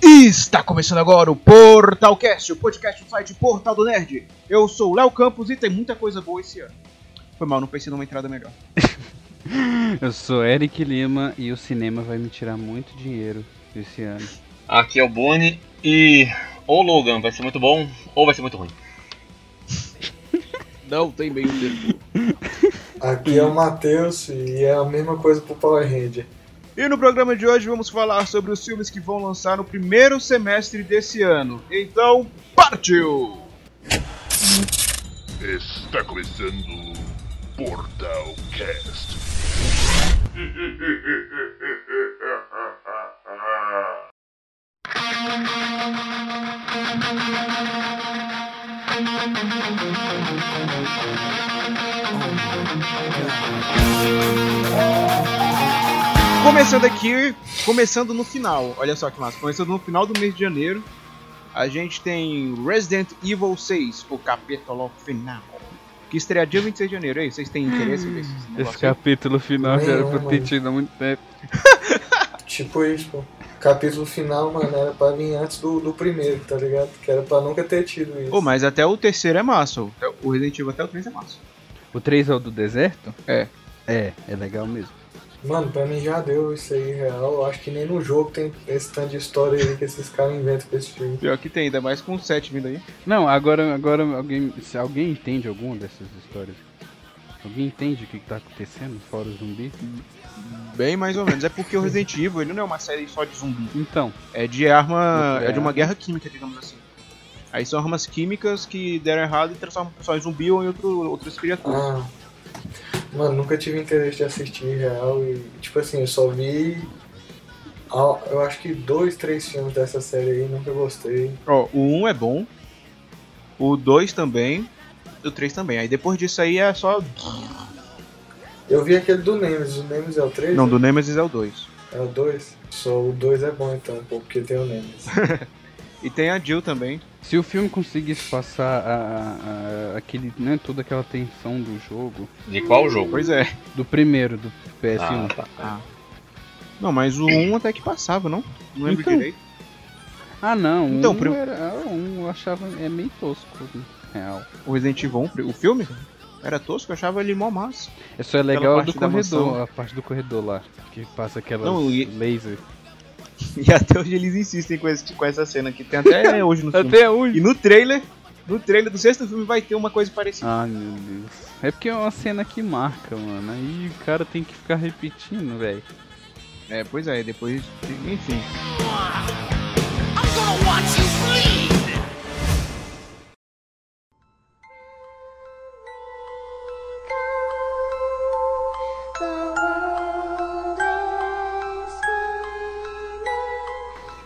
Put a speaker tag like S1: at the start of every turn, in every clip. S1: Está começando agora o Portalcast, o podcast do site Portal do Nerd. Eu sou o Léo Campos e tem muita coisa boa esse ano. Foi mal, não pensei numa entrada melhor.
S2: Eu sou Eric Lima e o cinema vai me tirar muito dinheiro esse ano.
S3: Aqui é o Boni e ou Logan vai ser muito bom ou vai ser muito ruim.
S4: Não tem meio termo.
S5: Aqui é o Matheus e é a mesma coisa pro Power Ranger.
S1: E no programa de hoje vamos falar sobre os filmes que vão lançar no primeiro semestre desse ano. Então, partiu!
S6: Está começando Portal Cast.
S1: Começando aqui, começando no final. Olha só que massa, começando no final do mês de janeiro, a gente tem Resident Evil 6, o capítulo final. Que estreia dia 26 de janeiro. E aí, vocês têm interesse nesse
S2: Esse
S1: negócio? aí?
S2: capítulo final já era pra
S5: Não,
S2: ter
S5: mano.
S2: tido há muito tempo.
S5: Tipo isso, pô. Capítulo final, mano, era pra vir antes do, do primeiro, tá ligado? Que era pra nunca ter tido isso.
S1: Ô, mas até o terceiro é massa. até O Resident Evil até o 3 é massa.
S2: O 3 é o do deserto?
S1: É.
S2: É, é legal mesmo.
S5: Mano, pra mim já deu isso aí, real. Eu acho que nem no jogo tem esse tanto de história aí que esses caras inventam pra esse filme.
S1: Pior que tem, ainda mais com o 7 vindo aí.
S2: Não, agora, agora alguém, se alguém entende alguma dessas histórias? Alguém entende o que que tá acontecendo fora o zumbi?
S1: Bem mais ou menos. É porque o Resident Evil ele não é uma série só de zumbi.
S2: Então,
S1: É de arma.
S2: Nuclear.
S1: É de uma guerra química, digamos assim. Aí são armas químicas que deram errado e transformam o pessoal em zumbi ou em outro, outras criaturas.
S5: Ah. Mano, nunca tive interesse de assistir, real. E, tipo assim, eu só vi. ah, Eu acho que dois, três filmes dessa série aí, nunca gostei.
S1: Ó, o 1 é bom. O 2 também. O 3 também. Aí depois disso aí é só.
S5: Eu vi aquele do Nemesis, o Nemesis é o 3?
S1: Não, do Nemesis é o 2.
S5: É o 2? Só o 2 é bom então, pô, porque tem o Nemesis.
S1: E tem a Jill também.
S2: se o filme conseguisse passar a, a- a- aquele, né, toda aquela tensão do jogo,
S3: De qual jogo?
S1: Pois é.
S2: do primeiro, do PS1,
S3: Ah, tá.
S1: Não, mas o 1 até que passava, não? Não lembro
S2: Então,
S1: direito.
S2: Ah não,
S1: Então,
S2: um
S1: prim-
S2: era, ah, um eu achava é meio tosco, né, real.
S1: O Resident Evil 1, o filme? Era tosco, eu achava ele mó massa.
S2: É só é
S1: Aquela
S2: legal a
S1: parte
S2: do
S1: da
S2: corredor,
S1: mansão.
S2: a parte do corredor lá, que passa aquelas
S1: Não, e-
S2: laser.
S1: E até hoje eles insistem com, esse, com essa cena que tem até hoje no filme.
S2: Até hoje.
S1: E no trailer, no trailer do sexto filme vai ter uma coisa parecida.
S2: Ah, meu Deus. É porque é uma cena que marca, mano. Aí o cara tem que ficar repetindo, velho.
S1: É, pois é, depois. Enfim.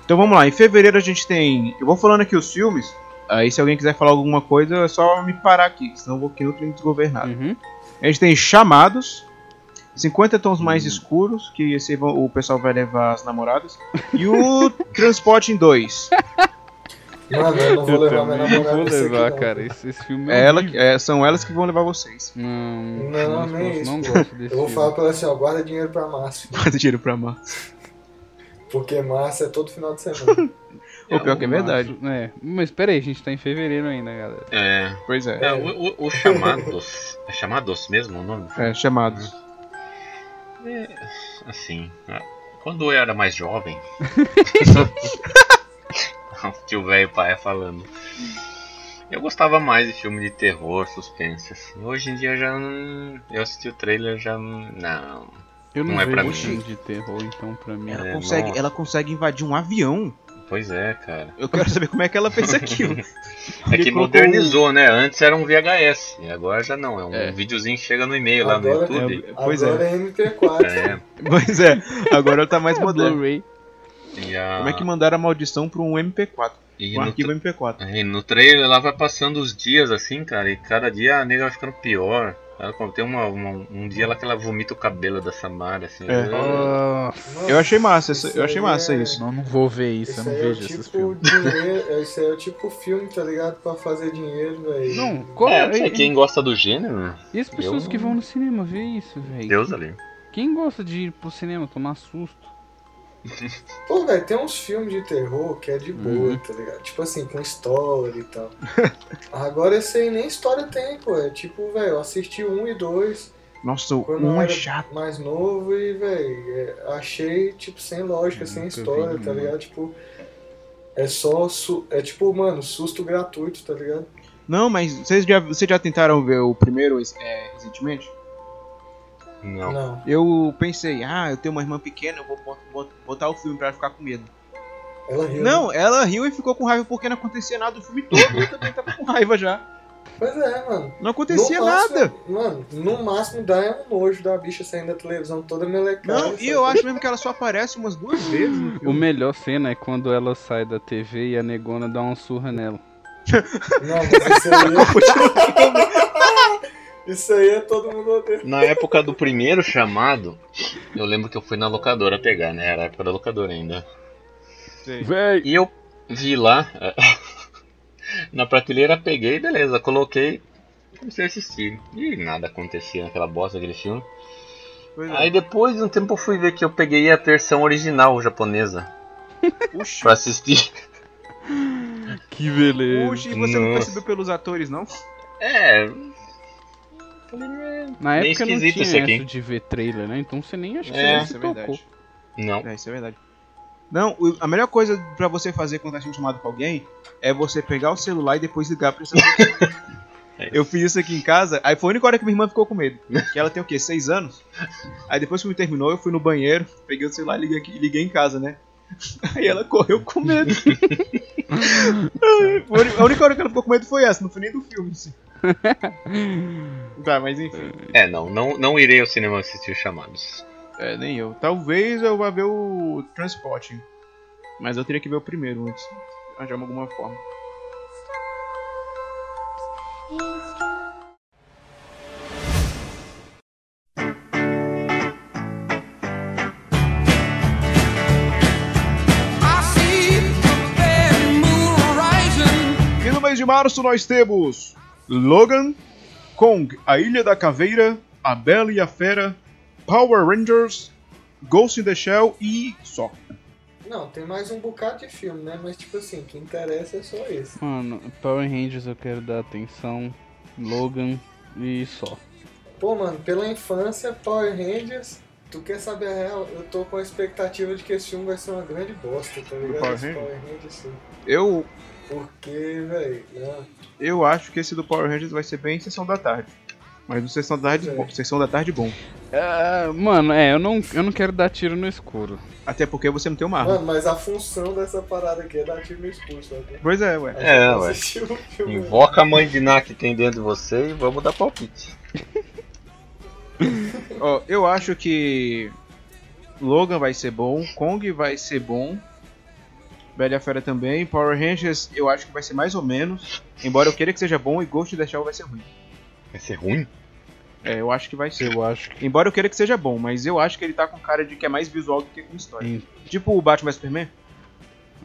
S1: Então vamos lá, em fevereiro a gente tem. Eu vou falando aqui os filmes. Aí se alguém quiser falar alguma coisa, é só me parar aqui, que senão eu vou querer outro desgovernado.
S2: Uhum.
S1: A gente tem Chamados, 50 Tons Mais Escuros, que esse vão- o pessoal vai levar as namoradas, e o Transporte em 2.
S5: Mano, eu não vou levar minha
S2: também
S5: namorada
S2: vou
S5: nesse aqui,
S2: levar,
S5: não.
S2: cara. Esse, esse filme
S1: É ela,
S2: horrível.
S1: que- é, são elas que vão levar vocês.
S2: Não,
S5: Não,
S2: não,
S5: nem
S2: gosto-
S5: isso.
S2: não gosto desse
S5: Eu vou
S2: filme.
S5: falar pra ela assim, ó, guarda dinheiro pra Márcio.
S1: Guarda dinheiro pra mão.
S5: Porque Márcio é todo final de semana.
S1: O pior que é
S2: Mas-
S1: verdade.
S2: É, mas pera aí, a gente tá em fevereiro ainda, galera.
S3: É,
S1: Pois é.
S3: é, o, o- o Chamados. É Chamados mesmo o nome?
S1: É, chamados.
S3: Assim. é, Quando eu era mais jovem. o tio velho pai falando. Eu gostava mais de filme de terror, suspense. assim. Hoje em dia eu já não. Eu assisti o trailer já. não- Não.
S2: Eu não,
S3: Não é
S2: vejo
S3: pra mim.
S2: filme de terror, então pra mim.
S3: É,
S1: Consegue,
S3: nossa.
S1: ela consegue invadir um avião.
S3: Pois é, cara.
S1: Eu quero saber como é que ela fez aquilo.
S3: É
S1: Ele
S3: que
S1: colocou
S3: modernizou, né? Antes era um VHS, e agora já não. É um
S2: É.
S3: videozinho que chega no e-mail lá no
S5: Agora-
S3: YouTube.
S1: Pois é.
S5: Agora é, MP4.
S3: É,
S1: Pois é, agora ela tá mais
S2: É
S1: moderna.
S2: Blu-ray.
S3: e, a-
S1: Como é que mandaram a maldição pra um MP4?
S3: e
S1: Um
S3: no, é,
S1: arquivo MP4.
S3: e no trailer ela vai passando os dias assim, cara, e cada dia a nega vai ficando pior. Ela, quando tem uma, uma- um dia lá que ela vomita o cabelo da Samara, assim.
S1: É.
S3: Ah,
S2: Nossa,
S1: Eu achei massa, isso-
S5: Isso
S1: eu achei
S5: aí
S1: massa
S5: é-
S1: isso.
S2: não, não vou ver isso,
S5: Isso
S2: eu não
S5: aí é o
S2: vejo esses
S5: tipo
S2: filmes.
S5: dinheiro, isso aí é o tipo filme, tá ligado? Pra fazer dinheiro, velho.
S2: Não, qual
S3: É, pra
S2: é,
S3: quem gosta do gênero,
S2: E as pessoas
S3: Eu-
S2: que vão no cinema ver isso, velho?
S3: Deus ali.
S2: Quem gosta de ir pro cinema tomar susto?
S5: Pô, velho, tem uns filmes de terror que é de boa, tá ligado? Tipo assim, com história e tal. Agora esse aí nem história tem, pô. É tipo, velho, eu assisti um e dois
S1: Nossa,
S5: quando
S1: um
S5: eu
S1: é
S5: era
S1: chato.
S5: mais novo e, velho, é, achei, tipo, sem lógica,
S2: Eu
S5: sem
S2: nunca vi
S5: história, tá
S2: nenhum.
S5: ligado? Tipo, é só. Su é tipo, mano, susto gratuito, tá ligado?
S1: Não, mas vocês já, vocês já tentaram ver o primeiro é, recentemente?
S3: Não.
S5: Não.
S1: Eu pensei, ah, eu tenho uma irmã pequena, eu vou bot- bot- botar o filme pra ela ficar com medo.
S5: Ela riu. né?
S1: Não, ela riu e ficou com raiva porque não acontecia nada o filme todo. Eu também tava com raiva já.
S5: Pois é, mano.
S1: Não acontecia
S5: máximo- é-
S1: nada.
S5: Mano, no máximo dá é um nojo da bicha saindo da televisão toda melecada.
S1: Não,
S5: sabe?
S1: e eu acho mesmo que ela só aparece umas duas vezes no
S2: O
S1: filme.
S2: melhor cena é quando ela sai da TV e a negona dá uma surra nela.
S5: Não, mas isso aí. isso aí é todo mundo odeia.
S3: Na época do primeiro chamado, eu lembro que eu fui na locadora pegar, né? Era a época da locadora ainda.
S2: Véi!
S3: E eu vi lá na prateleira, peguei, beleza, coloquei, comecei a assistir. E nada acontecia naquela bosta daquele filme.
S1: Pois é.
S3: Aí depois de um tempo eu fui ver que eu peguei a versão original japonesa
S1: Oxi,
S3: pra assistir.
S2: Que beleza!
S1: oxi, você não
S3: Nossa.
S1: percebeu pelos atores, não?
S3: É.
S2: Na
S3: Bem
S2: época não
S3: esquisito
S2: tinha
S3: isso aqui.
S2: essa de ver trailer, né? Então você nem acha que
S3: É.
S2: você
S1: Isso é
S2: nem se tocou.
S1: verdade.
S3: Não.
S1: É, isso é verdade. Não, o- a melhor coisa pra você fazer quando tá sendo chamado com alguém é você pegar o celular e depois ligar pra essa pessoa. Eu fiz isso aqui em casa, aí foi a única hora que minha irmã ficou com medo. Que ela tem o quê? Seis anos? Aí depois que me terminou, eu fui no banheiro, peguei o celular e liguei, aqui- liguei em casa, né? Aí ela correu com medo. a única hora que ela ficou com medo foi essa, não foi nem do filme, assim. Tá, mas enfim.
S3: É, não, não, não irei ao cinema assistir os chamados.
S1: É, nem eu. Talvez eu vá ver o Transporting. Mas eu teria que ver o primeiro antes. Ah, De alguma forma. E no mês de março nós temos Logan, Kong, A Ilha da Caveira, A Bela e a Fera, Power Rangers, Ghost in the Shell e só.
S5: Não, tem mais um bocado de filme, né? Mas tipo assim, o que interessa é só esse.
S2: Mano, Power Rangers eu quero dar atenção, Logan e só.
S5: Pô, mano, pela infância, Power Rangers, tu quer saber a real? Eu tô com a expectativa de que esse filme vai ser uma grande bosta, tá ligado?
S1: Power
S5: Esse
S1: Rangers?
S5: Power Rangers, sim.
S1: Eu,
S5: Porque, velho, não.
S1: eu acho que esse do Power Rangers vai ser bem Sessão da Tarde. Mas no Sessão da Tarde,
S5: É.
S1: bom, Sessão da Tarde bom.
S2: Ah, mano, é, eu não, eu não quero dar tiro no escuro.
S1: Até porque você não tem uma arma.
S5: Mano, mas a função dessa parada aqui é dar time expulso, né?
S1: Pois é, ué.
S3: É, ué.
S5: Assistir o tipo filme.
S3: Invoca a mãe de Ná que tem dentro de você e vamos dar palpite.
S1: Ó, eu acho que Logan vai ser bom, Kong vai ser bom, Bela e a Fera também, Power Rangers eu acho que vai ser mais ou menos, embora eu queira que seja bom e Ghost in the Shell vai ser ruim.
S3: Vai ser ruim?
S1: É, eu acho que vai ser.
S2: Eu acho que.
S1: Embora eu queira que seja bom, mas eu acho que ele tá com cara de que é mais visual do que com história.
S2: Sim.
S1: Tipo o Batman e Superman,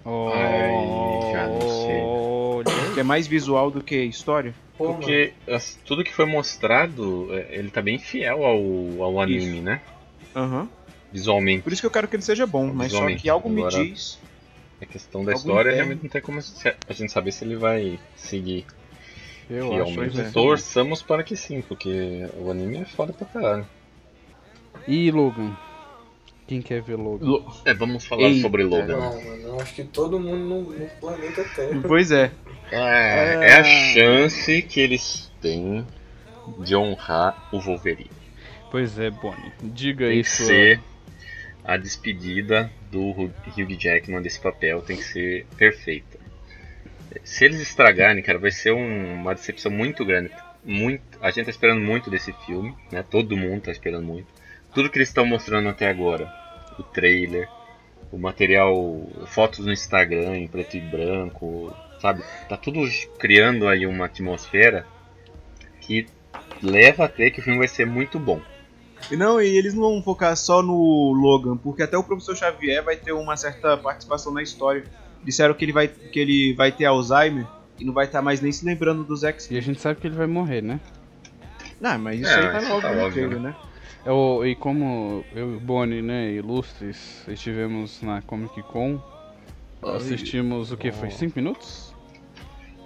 S2: Oh,
S3: Ai, já não sei.
S2: Olha.
S1: que é mais visual do que história.
S5: Pô, mano.
S3: Porque as- tudo que foi mostrado, é, ele tá bem fiel ao, ao anime, né?
S1: Aham.
S3: Visualmente.
S1: Por isso que eu quero que ele seja bom, mas só
S3: Visualmente,
S1: que algo me
S3: agora-
S1: diz.
S3: A questão da
S1: Algum
S3: história,
S1: tempo.
S3: realmente não tem como se- a gente saber se ele vai seguir
S2: Eu acho
S3: fielmente.
S2: que é. vai ser.
S3: Torçamos para que sim, porque o anime é foda pra caralho.
S2: E Logan? Quem quer ver Logan?
S3: É, vamos falar
S1: Eita.
S3: sobre Logan.
S5: Ah, mano, eu acho que todo mundo no, no planeta Terra.
S1: Pois é.
S3: É, é a chance que eles têm de honrar o Wolverine.
S2: Pois é, Bonnie. Diga
S3: Tem
S2: aí
S3: que
S2: sua-
S3: ser a despedida do Hugh Hugh Jackman desse papel, tem que ser perfeita. Se eles estragarem, cara, vai ser um- uma decepção muito grande. Muito, a gente tá esperando muito desse filme, né? Todo mundo tá esperando muito. Tudo que eles estão mostrando até agora, o trailer, o material, fotos no Instagram em preto e branco, sabe? Tá tudo criando aí uma atmosfera que leva a crer que o filme vai ser muito bom.
S1: E não, e eles não vão focar só no Logan, porque até o professor Xavier vai ter uma certa participação na história. Disseram que ele vai, que ele vai ter Alzheimer e não vai estar mais nem se lembrando dos
S2: E
S1: X-Men.
S2: a gente sabe que ele vai morrer, né?
S1: Não, mas isso
S3: É,
S1: aí tá
S3: isso
S1: logo
S3: tá
S1: no
S3: óbvio,
S1: trailer, né?
S2: Eu- É e como eu e o Boni, né, ilustres, estivemos na Comic Con, assistimos o que?
S3: Oh.
S2: Foi 5 minutos?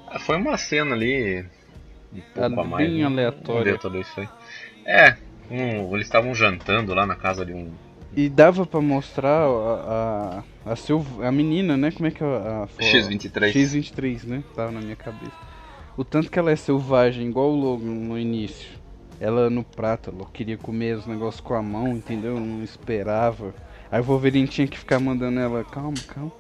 S3: Ah, Foi uma cena ali. Um pouco
S2: Ah,
S3: a mais.
S2: bem
S3: né?
S2: aleatória.
S3: Não deu tudo isso aí. É, um- eles estavam jantando lá na casa de um.
S2: E dava pra mostrar a, a, a, Silv- a menina, né? Como é que é a, a fo-
S3: X23.
S2: X23, né? Tava na minha cabeça. O tanto que ela é selvagem, igual o Logan no início. Ela no prato, ela queria comer os negócios com a mão, entendeu? Não esperava. Aí o Wolverine tinha que ficar mandando ela, calma, calma.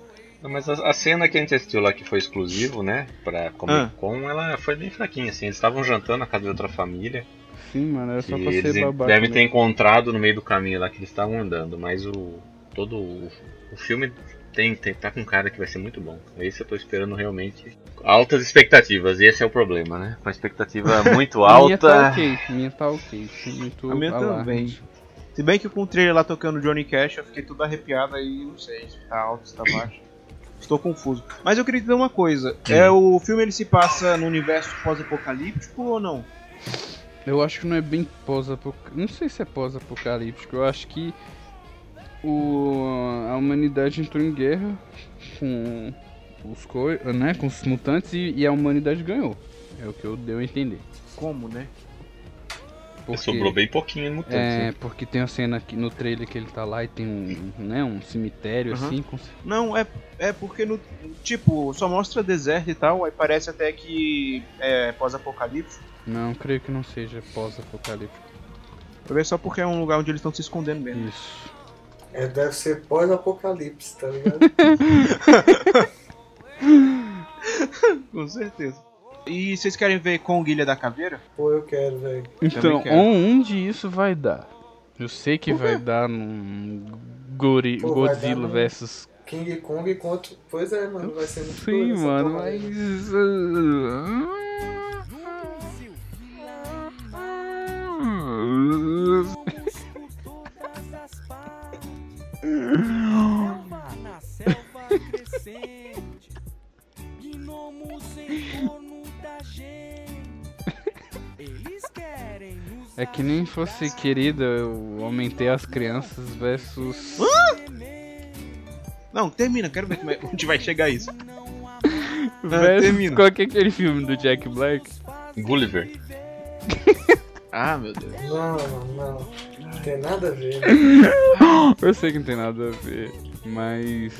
S3: Não, Mas a, a cena que a gente assistiu lá, que foi exclusivo, né? Pra
S1: Ah.
S3: Comic Con, ela foi bem fraquinha, assim. Eles estavam jantando na casa de outra família.
S2: Sim, mano, era
S3: Que
S2: só pra
S3: eles
S2: ser babaca.
S3: devem ter
S2: né?
S3: encontrado no meio do caminho lá que eles estavam andando, mas o. todo o, o filme tem, tem- tá com cara que vai ser muito bom. Esse eu tô esperando realmente altas expectativas, e esse é o problema, né? Com a expectativa muito
S2: A minha tá
S3: alta.
S2: ok, a minha tá ok. Tem muito
S1: A minha
S2: alarme.
S1: também. Se bem que com o trailer lá tocando Johnny Cash, eu fiquei todo arrepiado aí, não sei se tá alto, se tá baixo. Estou confuso. Mas eu queria dizer uma coisa. É, o filme ele se passa no universo pós-apocalíptico ou não?
S2: Eu acho que não é bem pós-apocalíptico. Não sei se é pós-apocalíptico. Eu acho que o... a humanidade entrou em guerra com os, co... né? com os mutantes e... e a humanidade ganhou. É o que eu deu a entender.
S1: Como, né?
S2: Porque...
S3: É, Sobrou bem pouquinho no mutante. né?
S2: É, porque tem uma cena aqui no trailer que ele tá lá e tem um, né, um cemitério
S1: Aham.
S2: assim. Com...
S1: Não, é, é porque no. Tipo, só mostra deserto e tal, aí parece até que é pós-apocalíptico.
S2: Não, creio que não seja pós-apocalíptico.
S1: Talvez só porque é um lugar onde eles estão se escondendo mesmo.
S2: Isso.
S5: É, deve ser pós-apocalipse, tá ligado?
S1: Com certeza. E vocês querem ver Kong Ilha da Caveira?
S5: Pô, eu quero, velho.
S2: Então,
S1: quero.
S2: onde isso vai dar? Eu sei que vai dar num gori...
S5: Pô, vai dar
S2: Godzilla
S5: num-
S2: versus
S5: King Kong contra. Pois é, mano, vai ser muito
S2: Sim,
S5: doido essa
S2: mano,
S5: porra aí.
S2: mas. uh,
S4: Selva é na selva crescente. Gnomos em torno da gente. Eles querem nos
S2: É que nem fosse querida, eu aumentei as crianças versus.
S5: Ah,
S1: Não, termina, quero ver como é, onde vai chegar isso.
S2: versus
S1: termina.
S2: qual que é aquele filme do Jack Black?
S3: Gulliver.
S1: Ah, meu Deus.
S5: Não, não. Não tem nada a ver. mano.
S2: Eu sei que não tem nada a ver, mas.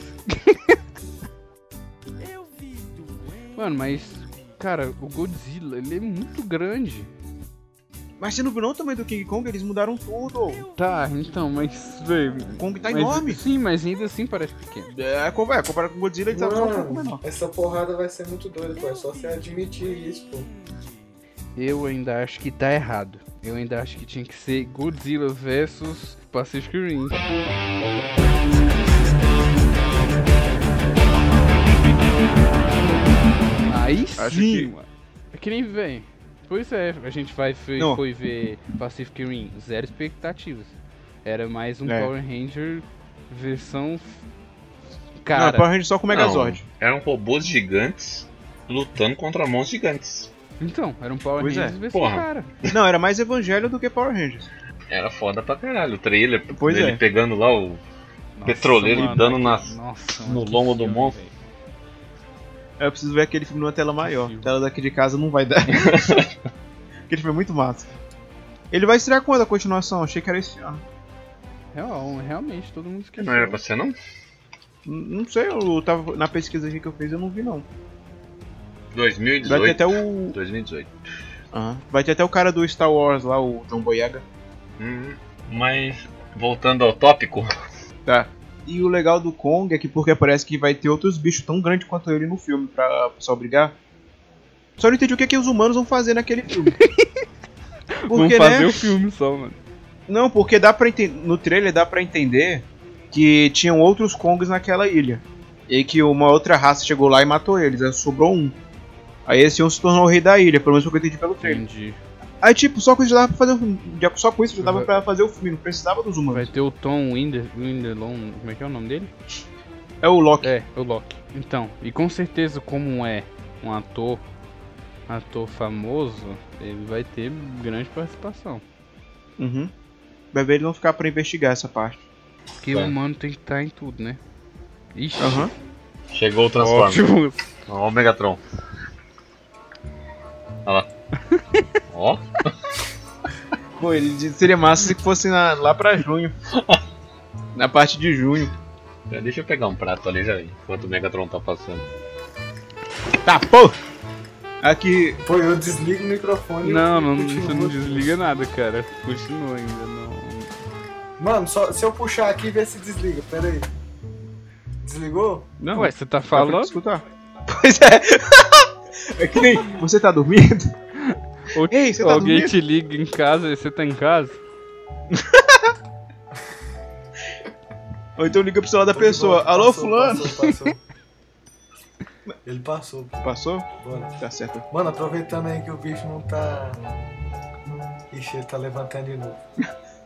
S2: Mano, mas. Cara, o Godzilla, ele é muito grande.
S1: Mas você não viu não o tamanho do King Kong? Eles mudaram tudo.
S2: Tá, então, mas. velho,
S1: O Kong tá
S2: mas-
S1: enorme.
S2: Sim, mas ainda assim parece pequeno.
S1: É, co- é, comparado com o Godzilla, ele tá só um pouco menor.
S5: Mano, essa porrada vai ser muito doida, pô. É só você admitir isso, pô.
S2: Eu ainda acho que tá errado. Eu ainda acho que tinha que ser Godzilla versus Pacific Rim. Aí sim,
S1: Acho que-
S2: mano. É que nem vem. Pois é, a gente vai foi,
S1: Não.
S2: foi ver Pacific Rim, zero expectativas. Era mais um
S1: É.
S2: Power Ranger versão f-
S1: Não, é
S2: cara.
S1: Power Rangers só com o
S3: Não,
S1: Megazord.
S3: eram robôs gigantes lutando contra mãos gigantes.
S2: Então, era um Power
S1: Pois é.
S2: Ranger versão
S3: Porra.
S2: cara.
S1: Não. era mais Evangelho do que Power Rangers.
S3: Era foda pra caralho. O trailer
S1: Pois
S3: dele
S1: é.
S3: pegando lá o.
S2: Nossa,
S3: Petroleiro
S2: mano,
S3: dando
S2: aqui-
S3: nas-
S2: nossa,
S3: no
S2: que
S3: lombo do
S2: filme,
S3: monstro.
S2: velho.
S1: É, Eu preciso ver aquele filme numa tela maior.
S2: filme.
S1: tela daqui de casa não vai dar. aquele filme é muito massa. Ele vai estrear quando a continuação? Achei que era esse ano.
S2: Real, realmente, todo mundo esqueceu.
S3: Não era pra ser, não?
S1: N- Não sei, eu tava na pesquisa aqui que eu fiz, eu não vi não. Vai ter
S3: 2018.
S1: até o.
S3: 2018.
S1: Aham. Vai ter até o cara do Star Wars lá, o John Boyega.
S3: Hum, Mas, voltando ao tópico,
S1: Tá. E o legal do Kong é que porque parece que vai ter outros bichos tão grandes quanto ele no filme pra só brigar. Só não entendi o que, que os humanos vão fazer naquele filme.
S2: Vamos
S1: Porque,
S2: fazer
S1: né?
S2: o filme só, mano.
S1: Não, porque dá pra enten- no trailer dá pra entender que tinham outros Kongs naquela ilha. E que uma outra raça chegou lá e matou eles, aí sobrou um. Aí esse um se tornou o rei da ilha, pelo menos foi o que eu entendi pelo trailer.
S2: Entendi.
S1: Aí tipo, só com isso já dava pra fazer o filme. Já- Só com isso já dava pra fazer o filme, não precisava dos
S2: Vai
S1: humanos.
S2: ter o Tom Winder, Winderlon, como é que é o nome dele?
S1: É o Loki.
S2: É, o Loki. Então, e com certeza como é um ator, ator famoso, ele vai ter grande participação.
S1: Uhum. Vai ver ele não ficar pra investigar essa parte.
S2: Porque
S3: Tá.
S2: o humano tem que estar em tudo, né? Ixi, Tipo,
S1: Aham.
S3: Chegou o Transformer.
S2: ótimo.
S3: Ó o Megatron. Olha lá. Ó.
S1: Pô, ele disse- seria massa se fosse na- lá pra junho. na parte de junho.
S3: Deixa eu pegar um prato ali já, enquanto o Megatron tá passando.
S1: Tá, pô! Aqui.
S5: Pô, eu desligo o microfone. e
S2: Não, não,
S5: continuo.
S2: você não desliga nada, cara. Continua ainda, não.
S5: Mano, só, se eu puxar aqui, vê se desliga. Pera aí. Desligou?
S1: Não,
S2: Ué, você tá
S1: dá pra
S2: falando?
S1: escutar. Pois é. É que nem. Você tá dormindo?
S2: Ou
S1: Ei, você tá
S2: alguém
S1: dormindo?
S2: te liga em casa e você tá em casa?
S1: Ou então liga pro celular da pessoa.
S5: Passou,
S1: Alô,
S5: passou,
S1: fulano.
S5: passou, passou. Ele passou,
S1: Passou?
S5: bora.
S1: Tá certo.
S5: Mano, aproveitando aí que o bicho não tá. Ixi, ele tá levantando de novo.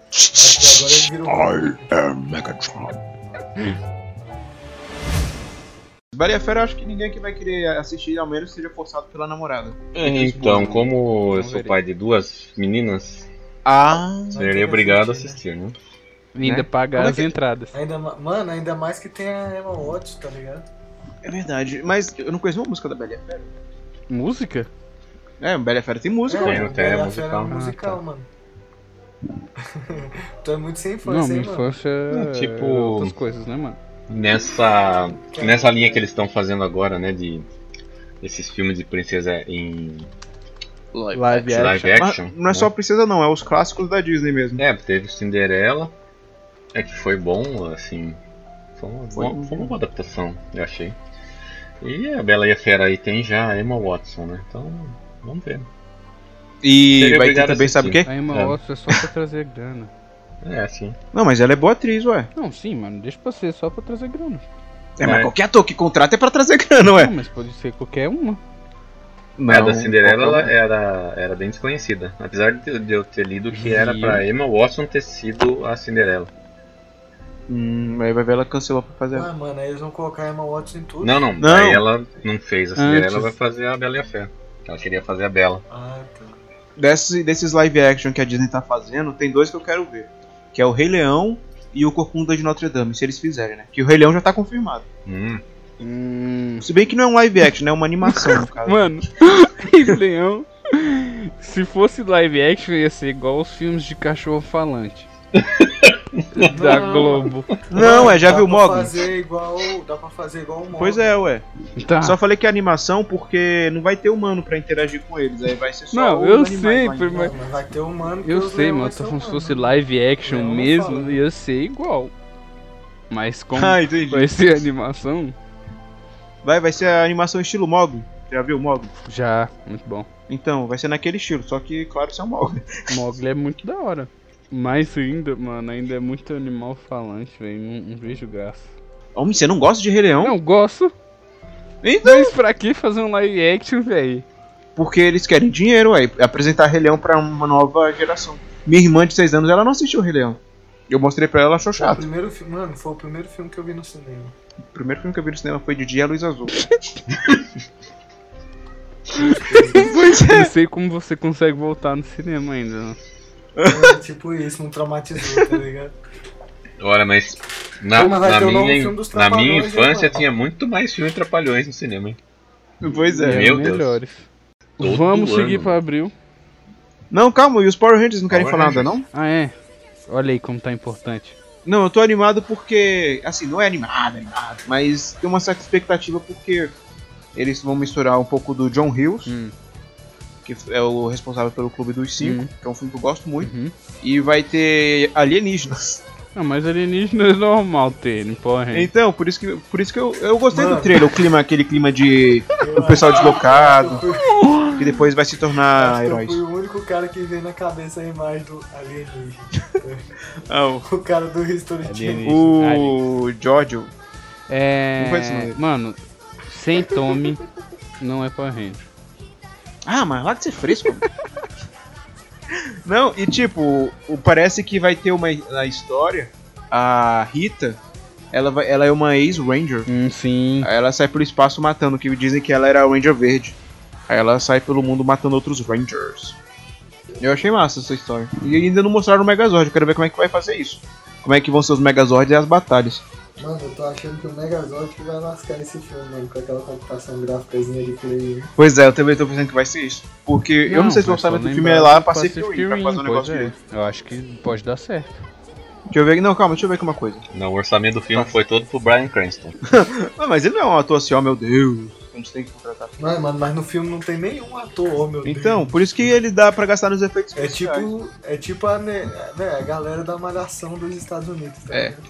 S5: Acho que agora ele virou. um
S1: Baleia Fera, eu acho que ninguém aqui vai querer assistir, ao menos seja forçado pela namorada.
S3: Então, como eu
S2: Então,
S3: sou
S2: verei.
S3: pai de duas meninas,
S1: Ah.
S3: serei obrigado a assistir, né?
S2: Ainda
S1: Né?
S2: pagar
S1: Como é
S2: as
S1: que-
S2: entradas.
S5: né? Ainda, ma- mano, ainda mais que tem a Emma Watts, tá ligado?
S1: É verdade, mas eu não conheço uma música da Baleia Fera.
S2: Música?
S1: É, Baleia Fera tem música, né?
S3: É.
S1: ué.
S3: tem,
S5: Bela
S3: tem, é musical.
S5: Fera
S3: Ah, tá.
S5: É um musical, mano. tu é muito sem
S2: não,
S5: infância,
S2: minha
S5: hein, mano?
S2: infância
S3: Não, tipo-
S2: tipo... outras coisas, né, mano?
S3: Nessa,
S1: É.
S3: nessa linha que eles estão fazendo agora, né, de esses filmes de princesa em
S2: Live action.
S3: live
S1: Mas
S3: action. né?
S1: não é só a princesa não, é os clássicos da Disney mesmo.
S3: É, teve Cinderela, é que foi bom, assim, foi uma,
S1: Foi
S3: boa- foi uma boa adaptação, eu achei. E a Bela e a Fera aí tem já a Emma Watson, né, então vamos ver.
S1: E
S3: Seria
S1: vai ter
S3: obrigado a
S1: também, sabe o quê?
S3: assistir.
S2: A Emma
S3: É.
S2: Watson é só pra trazer grana.
S3: É, assim,
S1: Não, mas ela é boa atriz, ué.
S2: Não, sim, mano, deixa pra ser só pra trazer grana.
S1: É, mas
S3: É.
S1: qualquer ator que contrata é pra trazer grana, ué.
S2: Não, mas pode ser qualquer uma.
S1: Não, é
S3: a da Cinderela
S1: qualquer
S3: ela era, era bem desconhecida, apesar de eu- de eu ter lido que era
S2: Viu?
S3: pra Emma Watson ter sido a Cinderela.
S1: um. Hum, aí vai ver ela cancelou pra fazer.
S5: Ah, mano, aí eles vão colocar a Emma Watts em tudo.
S3: Não, não,
S1: Não.
S3: aí ela não fez a Cinderela,
S2: Antes.
S3: vai fazer a Bela e a Fera. Ela queria fazer a Bela.
S5: Ah, tá.
S1: Desses, desses live action que a Disney tá fazendo, tem dois que eu quero ver. Que é o Rei Leão e o Corcunda de Notre Dame, se eles fizerem, né? Que o Rei Leão já tá confirmado.
S3: Hum,
S2: Hum.
S1: Se bem que não é um live action, né? É uma animação, no caso.
S2: Mano, esse leão. Se fosse live action, ia ser igual os filmes de cachorro falante. da
S5: Não.
S2: Globo.
S1: Não, é, já
S5: Dá
S1: viu o
S5: pra
S1: Mogli?
S5: fazer igual, dá pra fazer igual o Mogli.
S1: Pois é, ué.
S2: Tá.
S1: Só falei que é animação porque não vai ter humano pra interagir com eles, aí vai ser só
S2: Não,
S1: os
S2: eu
S1: animais
S2: sei,
S1: lá,
S2: por-
S1: então.
S5: Não, mas vai ter humano que
S2: Eu
S5: os
S2: sei,
S5: leões um
S2: mano. Tô
S5: são
S2: falando se
S5: humanos.
S2: fosse live action
S5: Leão não
S2: mesmo,
S5: fala.
S2: ia ser igual. Mas como
S1: Ah, entendi.
S2: vai ser animação,
S1: Vai, vai ser a animação estilo Mogli. Já viu o Mogli?
S2: já. Muito bom.
S1: Então, vai ser naquele estilo, só que, claro, isso é um Mogli.
S2: Mogli é muito da hora. Mais ainda, mano, ainda é muito animal falante, velho. Não, não vejo graça.
S1: Homem, você não gosta de Rei Leão?
S2: Não, gosto.
S1: Então,
S2: Mas pra que fazer um live action, velho?
S1: porque eles querem dinheiro, ué. e Apresentar Rei Leão pra uma nova geração. Minha irmã de 6 anos, ela não assistiu Rei Leão. Eu mostrei pra ela, ela achou
S5: Foi o
S1: chato.
S5: primeiro filme, mano, foi o primeiro filme que eu vi no cinema.
S1: O primeiro filme que eu vi no cinema foi de Dia Luz Azul.
S2: Pois é. Não sei como você consegue voltar no cinema ainda. né?
S5: É, tipo isso, não traumatizou, tá ligado?
S3: Ora, mas na,
S5: Pô, mas vai
S3: na
S5: ter o novo
S3: minha,
S5: filme dos
S3: na minha
S5: Trapalhões, hein,
S3: infância
S5: mano?
S3: tinha muito mais filme Trapalhões no cinema, hein?
S1: pois
S2: E
S1: é.
S3: Meu
S2: eram
S3: Deus.
S2: melhores.
S3: Todo
S2: Vamos
S3: ano.
S2: seguir pra abril.
S1: Não, calma, e os Power Rangers não querem
S3: Power
S1: falar
S3: Rangers.
S1: nada, não?
S2: Ah, é. Olha aí como tá importante.
S1: Não, eu tô animado porque. Assim, não é animado, animado, mas tem uma certa expectativa porque eles vão misturar um pouco do John Hughes,
S2: Hum,
S1: que é o responsável pelo Clube dos Cinco,
S2: Hum.
S1: que é um filme que eu gosto muito,
S2: uhum.
S1: e vai ter alienígenas.
S2: Não, mas alienígena é normal ter, não porra.
S1: Então, por isso que, por isso que eu, eu gostei do
S5: Mano.
S1: trailer, o clima, aquele clima de o pessoal deslocado,
S5: Eu fui-
S1: que depois vai se
S5: acho
S1: tornar
S3: Ah,
S5: que eu
S1: heróis.
S5: fui o único cara que veio na cabeça a imagem do alienígena.
S1: Ah, o-
S5: O cara do History Channel.
S2: Alienígena.
S1: o Giorgio.
S2: É.
S1: Não conheço não.
S2: Mano, sem Tommy não é Power Ranger.
S1: Ah, mas lá de ser fresco. Não, e tipo, o- parece que vai ter uma na história a Rita, ela, vai- ela é uma ex-ranger.
S2: Hum, sim.
S1: Aí ela sai pelo espaço matando, que dizem que ela era a Ranger Verde. Aí ela sai pelo mundo matando outros Rangers. Eu achei massa essa história. E ainda não mostraram o Megazord, eu quero ver como é que vai fazer isso. Como é que vão ser os Megazords e as batalhas.
S5: Mano, eu tô achando que o Megazord que vai lascar esse filme, mano, com aquela computação gráficazinha de play. um.
S1: Pois é, eu também tô pensando que vai ser isso. Porque eu não sei se o
S2: mas só
S1: orçamento do filme
S2: lembrar
S1: é lá
S2: do
S1: Pacific,
S2: Pacific
S1: Rim, pra fazer um
S2: Rim,
S1: negócio
S2: pois é.
S1: direito.
S2: Eu acho que pode dar certo.
S1: Deixa eu ver. Não, calma, deixa eu ver aqui uma coisa.
S3: Não, o orçamento do
S5: Tá.
S3: filme foi todo pro Brian Cranston.
S1: Ah, mas ele não é um ator assim, ó, meu Deus. A gente tem que contratar.
S5: Mano, mano, mas no filme não tem nenhum ator, oh, meu
S1: Então, por isso que ele dá pra gastar nos efeitos
S5: Deus. É
S1: especiais.
S5: tipo, é tipo a, né, né, a galera da malhação dos Estados Unidos, tá
S1: É.
S5: ligado?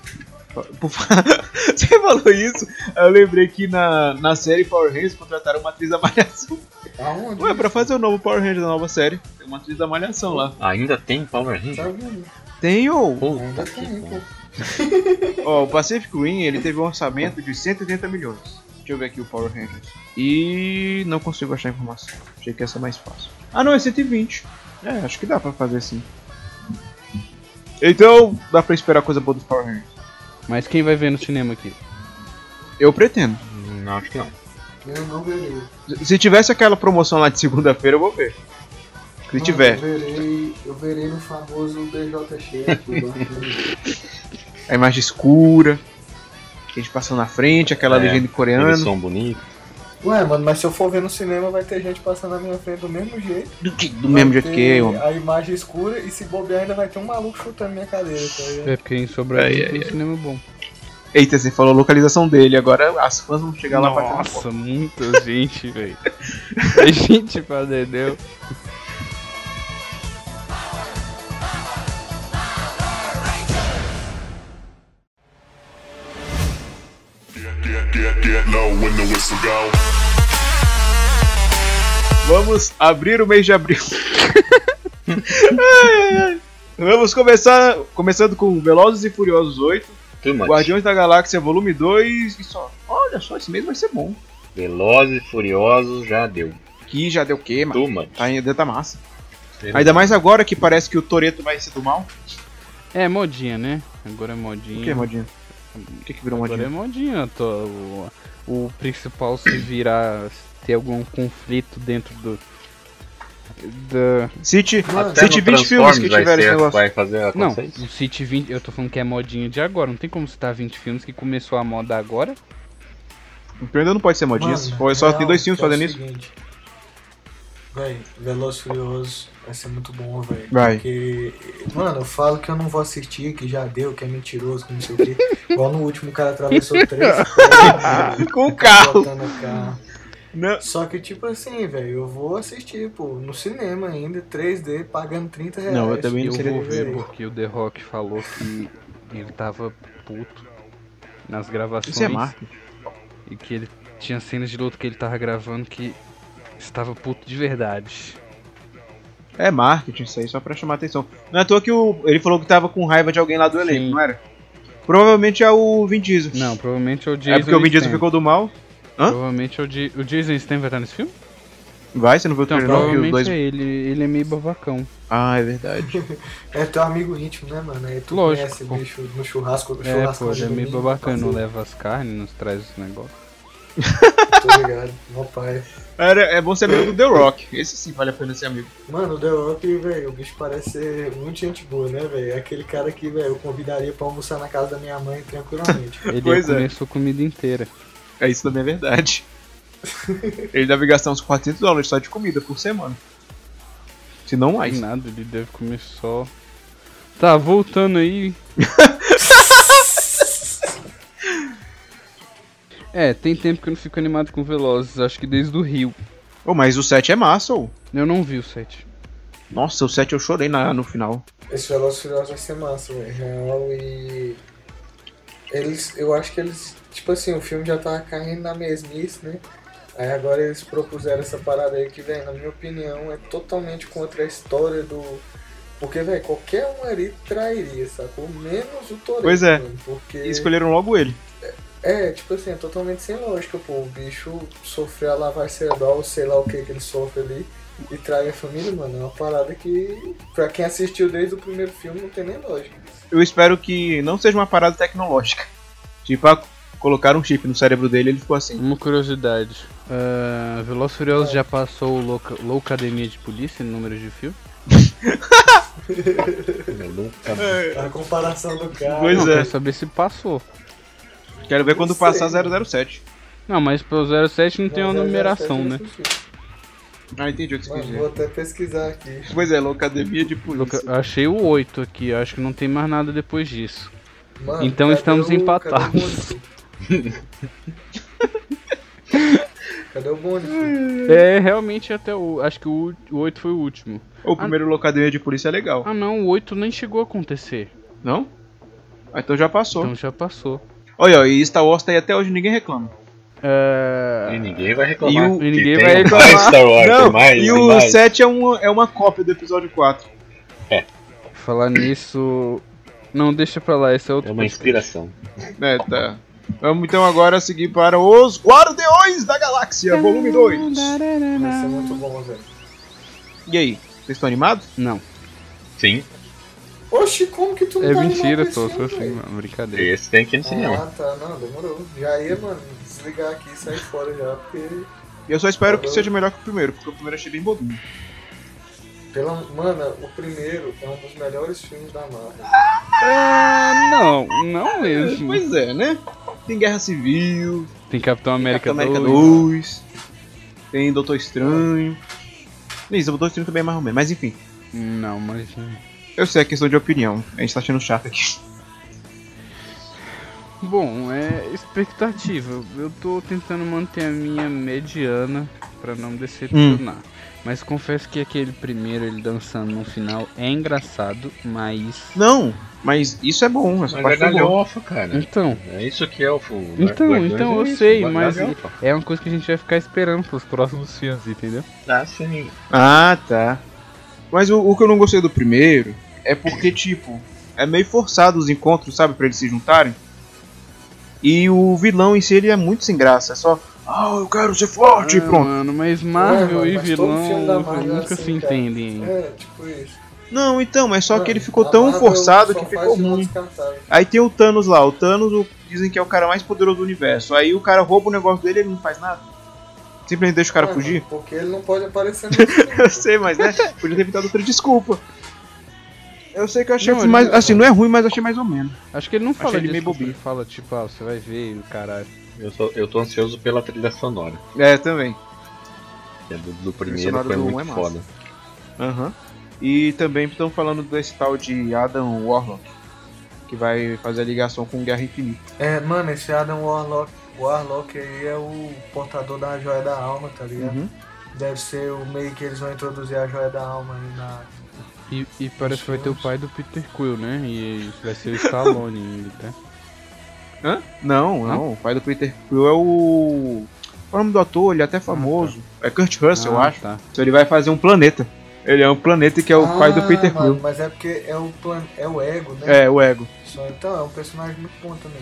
S1: Por fa- Você falou isso, aí eu lembrei que na, na série Power Rangers contrataram uma atriz da Malhação.
S5: Aonde?
S1: Ué, pra fazer o novo Power Ranger da nova série, tem uma atriz da Malhação lá.
S3: Ainda tem Power Rangers?
S5: Sabe, mano?
S1: Tem ou?
S3: Puta que
S5: tem,
S3: pariu.
S1: Ó, o Pacific Rim, ele teve um orçamento de 180 milhões. Deixa eu ver aqui o Power Rangers. E não consigo achar a informação. Achei que essa é mais fácil. Ah, não, é 120. É, acho que dá pra fazer sim. Então, dá pra esperar coisa boa dos Power Rangers.
S2: Mas quem vai ver no cinema
S1: É.
S2: aqui?
S1: Eu pretendo.
S3: Hum, Não, acho que não.
S5: Eu não verei.
S1: Se tivesse aquela promoção lá de segunda-feira, eu vou ver. Se
S5: Mano,
S1: tiver.
S5: Eu verei, eu verei no famoso BJ Chef.
S1: A imagem escura, a gente passando na frente, aquela
S3: É,
S1: legenda em
S3: Aquele
S1: coreano.
S3: som bonito.
S5: Ué, mano, mas se eu for ver no cinema, vai ter gente passando na minha frente do mesmo jeito.
S1: Do, que- do mesmo jeito que eu. homem.
S5: A imagem escura e se bobear ainda vai ter um maluco chutando minha cadeira, tá ligado?
S2: É porque em Sobradinho
S1: Ai, ai,
S2: tem um
S1: ai.
S2: cinema bom.
S1: Eita, você falou a localização dele, agora as fãs vão chegar lá pra tirar foto.
S2: Nossa, muita gente, velho. É gente pra dedéu.
S6: Get, get, get, get low when the whistle go.
S1: Vamos abrir o mês de abril. ai, ai, ai. Vamos começar começando com Velozes e Furiosos 8,
S3: Too much.
S1: Guardiões da Galáxia Volume 2 e só. Olha só, esse mês vai ser bom.
S3: Velozes e Furiosos já deu.
S1: Que já deu queima.
S3: Too much.
S1: Ainda tá massa. Ainda mais agora que parece que o Toreto vai ser do mal.
S2: É modinha, né? Agora é modinha.
S1: O que, Modinha? O que, que virou
S2: Agora é
S1: Modinha?
S2: modinha. Tô, o, o principal se virar, se ter algum conflito dentro do. Da...
S1: Cite,
S3: Até
S1: cite
S3: no
S1: 20 filmes que
S3: Transformers vai
S1: tiveram esse
S3: ser-
S1: negócio.
S3: Vai fazer a
S2: Não,
S3: conceito?
S2: o City 20. Eu tô falando que é modinha de agora. Não tem como citar 20 filmes que começou a moda agora.
S1: Então ainda não pode ser modinha.
S5: Mano,
S1: Ou só tem
S5: real,
S1: dois filmes
S5: que é o
S1: fazendo isso.
S5: seguinte. Véi, Veloz e Furioso vai ser muito bom, véi.
S1: Vai.
S5: Porque, mano, eu falo que eu não vou assistir, que já deu, que é mentiroso, que não sei o quê. Igual no último, o cara atravessou três prédios,
S1: Com o carro.
S5: botando o carro.
S1: Não.
S5: Só que, tipo assim, velho, eu vou assistir, pô, no cinema ainda, 3D, pagando 30 reais.
S1: Não, eu também não
S2: Eu
S1: seria
S2: vou ver
S5: dizer.
S2: porque o The Rock falou que ele tava puto nas gravações.
S1: Isso é marketing.
S2: E que ele tinha cenas de luta que ele tava gravando que estava puto de verdade.
S1: É marketing isso aí, só pra chamar atenção. Não é à toa que o, ele falou que tava com raiva de alguém lá do elenco,
S2: Sim.
S1: não era? Provavelmente é o Vin Diesel.
S2: Não, provavelmente é o Jason
S1: É porque o Vin Diesel
S2: Statham.
S1: ficou do mal. Hã?
S2: Provavelmente é o, Di- o Jason Statham vai estar nesse filme?
S1: Vai, você não viu o
S2: Então,
S1: trailer não? Viu
S2: provavelmente
S1: os dois...
S2: é ele. Ele é meio babacão.
S1: Ah, é verdade.
S5: É teu amigo íntimo, né, mano? Aí tu
S2: Lógico,
S5: conhece,
S2: pô.
S5: bicho, no churrasco, no
S2: É,
S5: churrasco.
S2: pô, ele é meio babacão. Não
S5: né?
S2: leva as carnes, nos traz os negócios.
S5: Tô ligado, meu pai.
S1: Era, é bom ser amigo do The Rock. Esse sim vale a pena ser amigo.
S5: Mano, o The Rock, velho, o bicho parece ser muito gente boa, né, velho? É aquele cara que, velho, eu convidaria pra almoçar na casa da minha mãe tranquilamente.
S2: Ele
S1: Pois é.
S2: começou comer sua comida inteira.
S1: É, isso também é verdade. ele deve gastar uns 400 dólares só de comida por semana. Se não mais.
S2: Tem nada, ele deve comer só. Tá, voltando aí. é, tem tempo que eu não fico animado com Velozes, acho que desde o Rio.
S1: Ô, mas o 7 é massa, ô.
S2: Eu não vi o set.
S1: Nossa, o 7 eu chorei na, no final.
S5: Esse Veloz Furioso vai ser massa, velho. Real e. Eles, eu acho que eles. Tipo assim, o filme já tava caindo na mesmice, né? Aí agora eles propuseram essa parada aí que, velho, na minha opinião, é totalmente contra a história do. Porque, velho, qualquer um ali trairia, sacou? Menos o Toreto.
S1: Pois é.
S5: mano, porque...
S1: E escolheram logo ele.
S5: É, tipo assim, é totalmente sem lógica, pô. O bicho sofreu a lavagem cerebral, sei lá o que que ele sofre ali, e trai a família, mano. É uma parada que, pra quem assistiu desde o primeiro filme, não tem nem lógica.
S1: Eu espero que não seja uma parada tecnológica. Tipo, ah, colocaram um chip no cérebro dele ele ficou assim.
S2: Uma curiosidade. É, Uh, Veloz Furioso já passou o Louca, Loucademia de Polícia em número de filme?
S3: Eu nunca.
S5: A comparação do cara.
S1: Pois
S2: não,
S1: é.
S2: quero saber se passou.
S1: Quero ver quando
S5: Não
S1: passar
S5: sei.
S1: 007.
S2: Não, mas pro 07 não tem uma numeração, né?
S1: Ah, entendi o que você quis
S5: é assim, Mano, vou
S1: dizer.
S5: até pesquisar aqui.
S1: Pois é, Locademia de
S2: Loca-
S1: Polícia.
S2: Achei o 8 aqui, acho que não tem mais nada depois disso.
S5: Mano,
S2: Então
S5: cadê
S2: estamos
S5: o- cadê o
S2: empatados.
S5: Mônico? Cadê o Mônico?
S2: É, realmente até o. Acho que o, o 8 foi o último.
S1: O primeiro Locademia de Polícia é legal.
S2: Ah não, o 8 nem chegou a acontecer.
S1: Não? Ah, então já passou.
S2: Então já passou.
S1: Olha, ó, e Star Wars tá aí até hoje, ninguém reclama.
S2: É...
S3: E ninguém vai reclamar.
S1: E o-
S2: e
S3: que
S2: ninguém
S3: tem
S2: vai
S3: mais
S2: reclamar.
S3: Star Wars, tem mais,
S1: e
S3: tem
S1: o
S3: mais.
S1: 7 é uma, é uma cópia do episódio 4.
S2: Falar nisso. Não, deixa pra lá, esse é outro.
S3: É uma inspiração.
S1: É, tá. Vamos então agora seguir para os Guardiões da
S2: É
S1: Galáxia, volume 2.
S5: Vai ser muito bom, velho.
S1: E aí, vocês estão animados?
S2: Não,
S3: Sim,
S5: Oxi, como que tu não
S2: é
S5: tá
S2: mentira, tô, tô
S5: animado com esse filme,
S2: assim, brincadeira.
S3: esse tem que ir no
S5: velho?
S3: cinema.
S5: Ah, tá, não, demorou. Já ia, mano, desligar aqui e sair fora já, porque
S1: Eu só espero que seja melhor que o primeiro, porque o primeiro eu achei bem bobinho.
S5: Pela, mano, o primeiro é um dos melhores filmes da Marvel.
S2: Ah, não, não
S3: Uhum.
S2: mesmo.
S1: Pois é, né? Tem Guerra Civil,
S2: Tem Capitão América,
S1: Capitão América
S2: 2.
S1: 2, tem Doutor Estranho. Isso, o Doutor Estranho também é mais ou menos, mas enfim.
S2: Não, mas.
S1: Eu sei, é questão de opinião. A gente tá achando chato aqui.
S2: Bom, é expectativa. Eu tô tentando manter a minha mediana pra não decepcionar.
S1: Hum.
S2: Mas confesso que aquele primeiro, ele dançando no final, é engraçado, mas.
S1: Não, mas isso é bom, essa
S3: Mas é
S1: parte é boa.
S3: galhofa, cara.
S2: Então,
S3: É isso que é o fundo.
S2: Então, então eu sei, mas- é uma coisa que a gente vai ficar esperando pros próximos filmes, entendeu?
S3: Ah, sim.
S1: Ah, tá. Mas o, o que eu não gostei do primeiro é porque, tipo, é meio forçado os encontros, sabe, pra eles se juntarem. E o vilão em si ele é muito sem graça, é só, ah, eu quero ser forte e
S3: Hum.
S2: Ah,
S1: pronto.
S2: Mano, mas Marvel
S5: Ué, mano,
S2: e
S5: mas todo filme da
S2: vilão
S5: Marvel é
S2: nunca
S5: assim,
S2: se
S5: cara.
S2: entendem.
S5: É, tipo isso.
S1: Não, então, é só que ele
S5: Mano,
S1: ficou
S5: a
S1: tão
S5: Marvel
S1: forçado
S5: só
S1: que
S5: faz
S1: ficou
S5: vilão
S1: ruim.
S5: descartável.
S1: Aí tem o Thanos lá, o Thanos o- dizem que é o cara mais poderoso do universo. Aí o cara rouba o negócio dele e ele não faz nada. Simplesmente deixa o cara
S5: Mano,
S1: fugir.
S5: Porque ele não pode aparecer no filme.
S1: Eu sei, mas né? Podia ter evitado outra desculpa. Eu sei que eu achei
S2: Não,
S1: o filme
S2: ele-
S1: mais. Assim, não é ruim, mas eu achei mais ou menos.
S2: É. Acho que ele não fala
S1: ele
S2: disso,
S1: meio
S2: que
S1: bobinho.
S2: Ele fala, tipo, ah, você vai ver, o caralho.
S3: Eu, sou, eu tô ansioso pela trilha sonora.
S1: É, também.
S3: que é Do, do primeiro
S1: sonora
S3: foi
S1: do um
S3: muito
S1: é massa.
S3: foda.
S1: Aham. E também estão falando desse tal de Adam Warlock. Que vai fazer a ligação com Guerra Infinita.
S5: É, mano, esse Adam Warlock, Warlock aí é o portador da joia da alma, tá ligado?
S1: Uhum.
S5: Deve ser o meio que eles vão introduzir a joia da alma aí na.
S2: E, e parece que vai ter o pai do Peter Quill, né? E vai ser o Stallone ainda, tá?
S1: Hã? Não, não. O pai do Peter Quill é o. Qual é o nome do ator? Ele é até famoso. É Kurt Russell, eu
S2: Ah,
S1: acho.
S2: Tá.
S1: Então ele vai fazer um planeta. Ele é um planeta que é o pai do
S5: Ah,
S1: Peter
S5: mano,
S1: Quill.
S5: Mas é porque é o, plan... é o ego, né?
S1: É, o Ego.
S5: Só, então, é um personagem muito bom também.